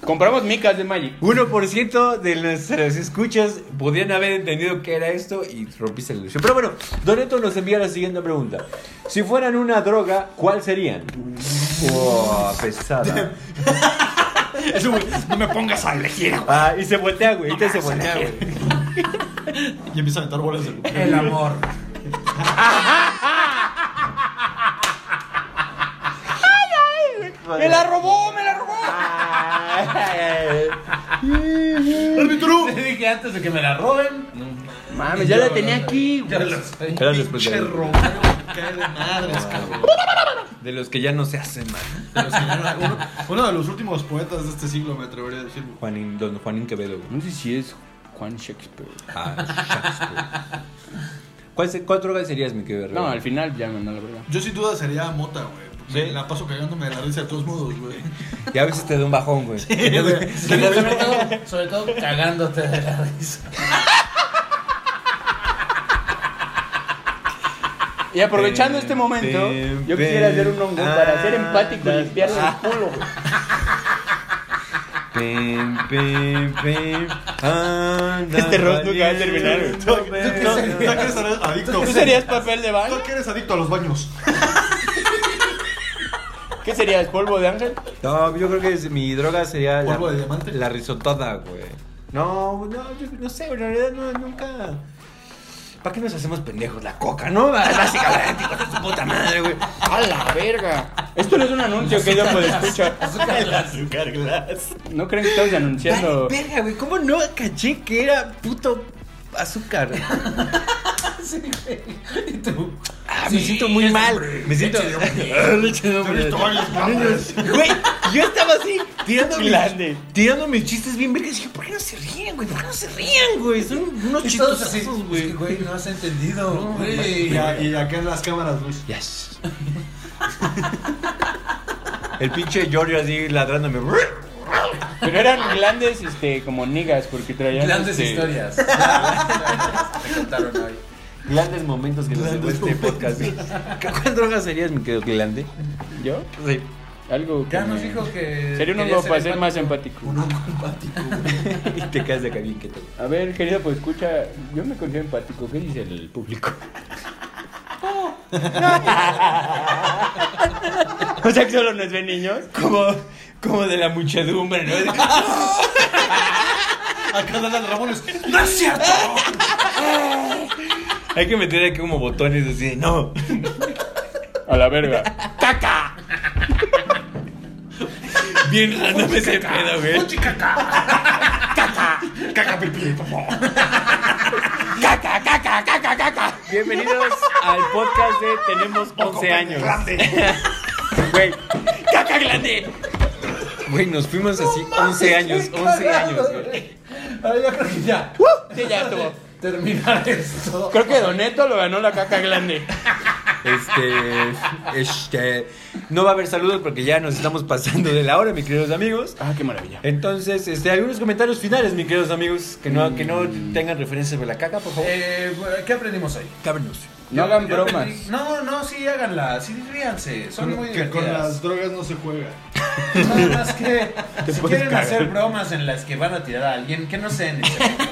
D: Compramos micas de Magic.
C: 1% de nuestras escuchas podían haber entendido que era esto y rompiste la ilusión. Pero bueno, Doneto nos envía la siguiente pregunta. Si fueran una droga, ¿cuál serían? Oh, pesada.
E: Eso, güey, no me pongas a elegir.
C: Ah, y se voltea, güey. Ahorita se voltea, güey.
A: Y empieza a aventar bolas de
B: El amor.
D: ¡Me la robó! ¡Me la robó!
A: ¡Árbitro!
B: Te dije antes de que me la roben.
D: Mames, ya la tenía aquí,
B: Ya
D: güey.
B: la sé.
C: Eran los
A: Pinche
C: pendejos.
A: Romero, cae de madres,
C: Ah,
A: cabrón.
C: De los que ya no se hacen, man.
A: Pero sí, era uno, uno de los últimos poetas de este siglo, me atrevería a decir. güey.
C: Juanín, don Juanín Quevedo, güey.
D: No sé si es Juan Shakespeare.
C: Ah, Shakespeare. ¿Cuál, se- ¿Cuál droga serías, mi querido?
D: No, al final ya mandó la verdad.
A: Yo sin duda sería Mota, güey. porque La paso cagándome de la risa de todos modos, güey.
C: Y a veces te da un bajón, güey.
B: Sí, sobre, todo, sobre todo cagándote de la risa.
D: Y aprovechando este momento, yo quisiera hacer un hongo para ser empático y limpiarle el culo, güey.
C: Pim, pim, pim. Anda,
D: Este roast nunca va a terminar, güey.
A: ¿Tú tú que ser- tú que eres adicto?
D: ¿Tú serías papel de baño?
A: Tú que eres adicto a los baños.
D: ¿Qué serías? ¿Polvo de ángel?
C: No, yo creo que es- mi droga sería la,
A: ¿Polvo de diamante?
C: la risotada, güey. No, no, yo no sé, en realidad no, nunca. ¿Para qué nos hacemos pendejos? La coca, ¿no? Básicamente, hijo de su puta madre, güey.
D: ¡A la verga! Esto no es un anuncio que yo puedo escuchar.
E: El azúcar glass.
D: ¿No creen que estamos anunciando?
C: Vale, verga, güey, ¿cómo no caché que era puto azúcar?
B: Y tú,
C: Ah, me siento muy mal. Me siento. Ah, leche de hombre. Güey, yo estaba así, tirando
D: Grande.
C: mis, tirando mis chistes bien vergas. Dije, ¿por qué no se ríen, güey? ¿Por qué no se ríen, güey? Son unos
B: y todos así,
C: chistosazos,
B: es que,
C: güey.
B: güey, no has entendido, güey.
A: Y, a- y acá en las cámaras, Luis.
C: Yes. El pinche Giorgio así ladrándome.
D: Pero eran grandes, este, como niggas, porque traían.
B: Grandes
D: este,
B: historias. Me contaron hoy.
C: Grandes momentos que nos dejó
A: Grandes
C: este podcast. ¿Cuál droga serías, mi querido Glande?
D: ¿Yo?
C: Sí.
D: Algo. que
B: Ya nos
D: me-
B: dijo que.
D: Sería un
B: quería
D: hongo
B: ser
D: para ser
B: empático.
D: más empático.
A: Un hongo empático, güey.
C: Y te quedas de acá bien que te.
D: A ver, querido, pues escucha, yo me considero empático. ¿Qué dice el público? o sea que solo nos ven niños.
E: Como, como de la muchedumbre, ¿no?
A: Acá Dana Ramones.
E: ¡No es cierto! Hay que meter aquí como botones así de no.
D: A la verga.
E: ¡Caca! Bien random ese pedo, güey.
D: ¡Caca, caca, caca, caca! Bienvenidos al podcast de Tenemos 11 años. Güey. ¡Caca grande!
C: Güey, nos fuimos así 11 años, 11 años, güey. Uh.
B: Ahora yo creo que ya.
D: Sí, ya estuvo.
B: Terminar esto.
D: Creo que Doneto lo ganó la caca grande.
C: Este, este, no va a haber saludos porque ya nos estamos pasando de la hora, mis queridos amigos.
D: Ah, qué maravilla.
C: Entonces, este, algunos comentarios finales, mis queridos amigos, que no, que no tengan referencias de la caca, por favor.
B: Eh, bueno, ¿Qué aprendimos hoy?
C: Cábrenos.
D: No hagan bromas.
B: aprendí- No, no, sí, háganla. Sí, ríanse. Son muy
A: que con
B: divertidas.
A: las drogas no se juega.
B: Nada más que. Si
D: puedes
B: quieren
D: cagar.
B: hacer bromas en las que van a tirar a alguien, que no sean en ese momento.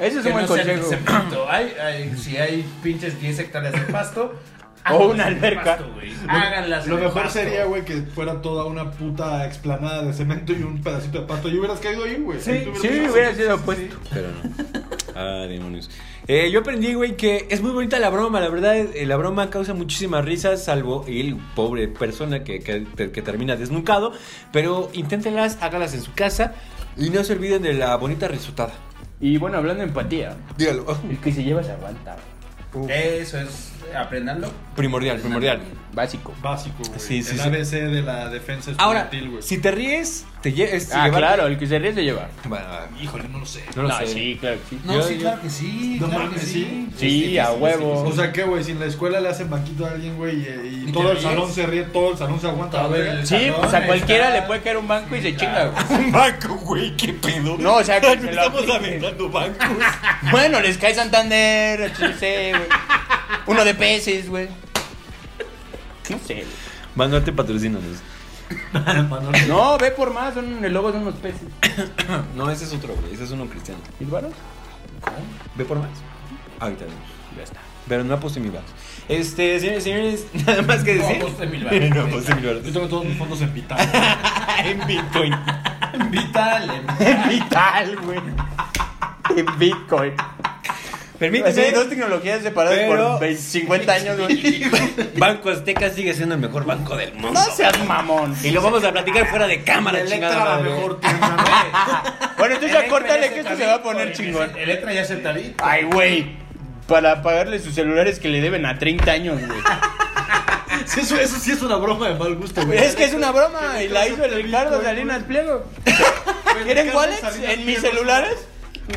D: Ese es
B: Que
D: un buen
B: no sean en
D: consejo.
B: ese punto. Hay, hay, si hay pinches 10 hectáreas de pasto.
D: O
B: háganlas en
D: una
B: el
D: alberca.
B: pasto, güey. Háganlas en
A: Lo
B: el
A: mejor
B: pasto.
A: sería, güey, que fuera toda una puta explanada de cemento y un pedacito de pasto. Y hubieras caído ahí, güey. Ahí
D: Sí,
A: tú hubieras
D: sí,
A: caído.
D: hubiera sido opuesto.
C: Pero no. Ah, demonios. Eh, yo aprendí, güey, que es muy bonita la broma. La verdad, eh, la broma causa muchísimas risas, salvo el pobre persona que, que- que termina desnucado. Pero inténtenlas, hágalas en su casa y no se olviden de la bonita risotada.
D: Y bueno, hablando de empatía,
C: Dígalo.
D: el que se lleva se aguanta.
B: Eso es. Aprendanlo.
C: Eh, Primordial, primordial.
D: Básico.
A: Básico, güey.
C: Sí, sí,
A: el
C: sí.
A: ABC de la defensa
C: Ahora,
A: estudiantil, güey.
C: si te ríes, te lle- es
D: Ah,
C: llevar-
D: claro, el que se ríe se lleva.
C: Bueno, ah,
A: Híjole, no lo sé.
C: no lo sé.
D: sí, claro que sí.
B: No,
C: Yo-
B: sí,
C: yo-
B: claro que sí.
A: No
B: claro
A: mames,
B: que sí.
A: sí.
D: Sí, a huevo.
A: O sea, que, güey? Si en la escuela le hacen banquito a alguien, güey, y- y,
B: ¿Y
A: todo
B: te
A: el
B: ríes?
A: salón se ríe, todo el salón se aguanta.
B: Todo el-
A: verga.
D: Sí, pues a
B: Cabrón,
D: cualquiera
B: está-
D: le puede caer un banco y se chinga.
B: claro.
D: güey.
E: Un banco, güey, qué pedo.
D: No, o sea, que
E: Ay,
D: se lo
E: estamos
D: aplique.
E: aventando bancos.
D: Bueno, les cae Santander, HC, güey. Uno de peces, güey. No sé. güey.
C: Manuarte patrocínanos.
D: No, ve por más, son, el lobo son unos peces.
C: No, ese es otro, güey. Ese es uno cristiano.
D: ¿Y varos?
C: ¿Ve por más? Ahorita vemos.
D: Ya está.
C: Pero no aposté mi varos. Este, señores, señores, nada más que
B: No
C: decir.
B: aposté mil varos.
C: No aposté mil varos.
A: Yo tengo todos mis fondos en vital.
C: En Bitcoin.
B: Vital, en
D: Vital, güey. En Bitcoin. Así,
C: Permíteme.
D: dos tecnologías separadas
C: Pero-
D: por 20, 50 años, güey.
C: Banco Azteca sigue siendo el mejor banco del mundo.
D: No seas mamón.
C: Y lo vamos a platicar fuera de cámara, chingada.
A: Electra, la
C: madre.
A: mejor tienda, ¿no?
D: Bueno, entonces ya
B: Electra
D: córtale
B: ya
D: que esto
B: acepta
D: se va a
B: Bitcoin,
D: poner chingón.
B: Electra ya acepta Bitcoin.
D: Ay, güey. Para pagarle sus celulares que le deben a 30 años, güey.
A: Sí, eso, eso sí es una broma de mal gusto, güey.
D: Pues Es que es una broma y la hizo el Ricardo Salinas Pliego. ¿Quieren
A: Pues, Ricardo
D: wallets
A: Salinas
D: en mis
A: Pliego.
D: celulares?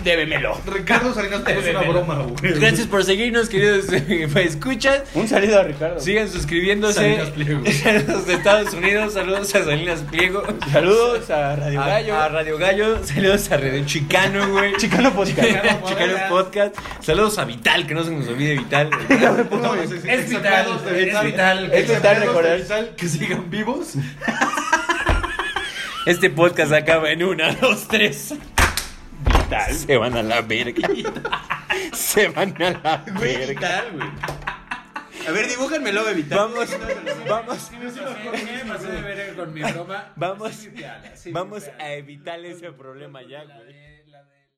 D: Débemelo.
A: Ricardo Salinas Pliego es una broma, güey.
C: Gracias por seguirnos, queridos eh, escuchas.
D: Un saludo a Ricardo.
C: Sigan suscribiéndose.
A: Salinas Pliego.
C: Saludos de Estados Unidos, saludos a Salinas Pliego.
D: Saludos a Radio
C: A,
D: Gallo.
C: a Radio Gallo, saludos a Radio Chicano, güey.
D: Chicano Podcast.
C: Chicano Podcast. Saludos a Vital, que no se nos olvide Vital.
A: No, es, es,
B: Es vital,
A: de
B: es vital.
D: Es
B: que-
D: vital
A: empleados de
D: recordar.
A: Vital Que sigan vivos.
C: Este podcast acaba en una, dos, tres.
D: Vital.
C: Se van a la verga.
D: Se van a la verga.
B: Vital, güey.
E: A ver, dibújenmelo, bebita.
C: Vamos, vamos,
B: me pasé de verga con mi broma.
C: Vamos-
B: Sí, sí, te ala, sí,
C: vamos
B: te ala.
C: a evitar ese problema ya, güey.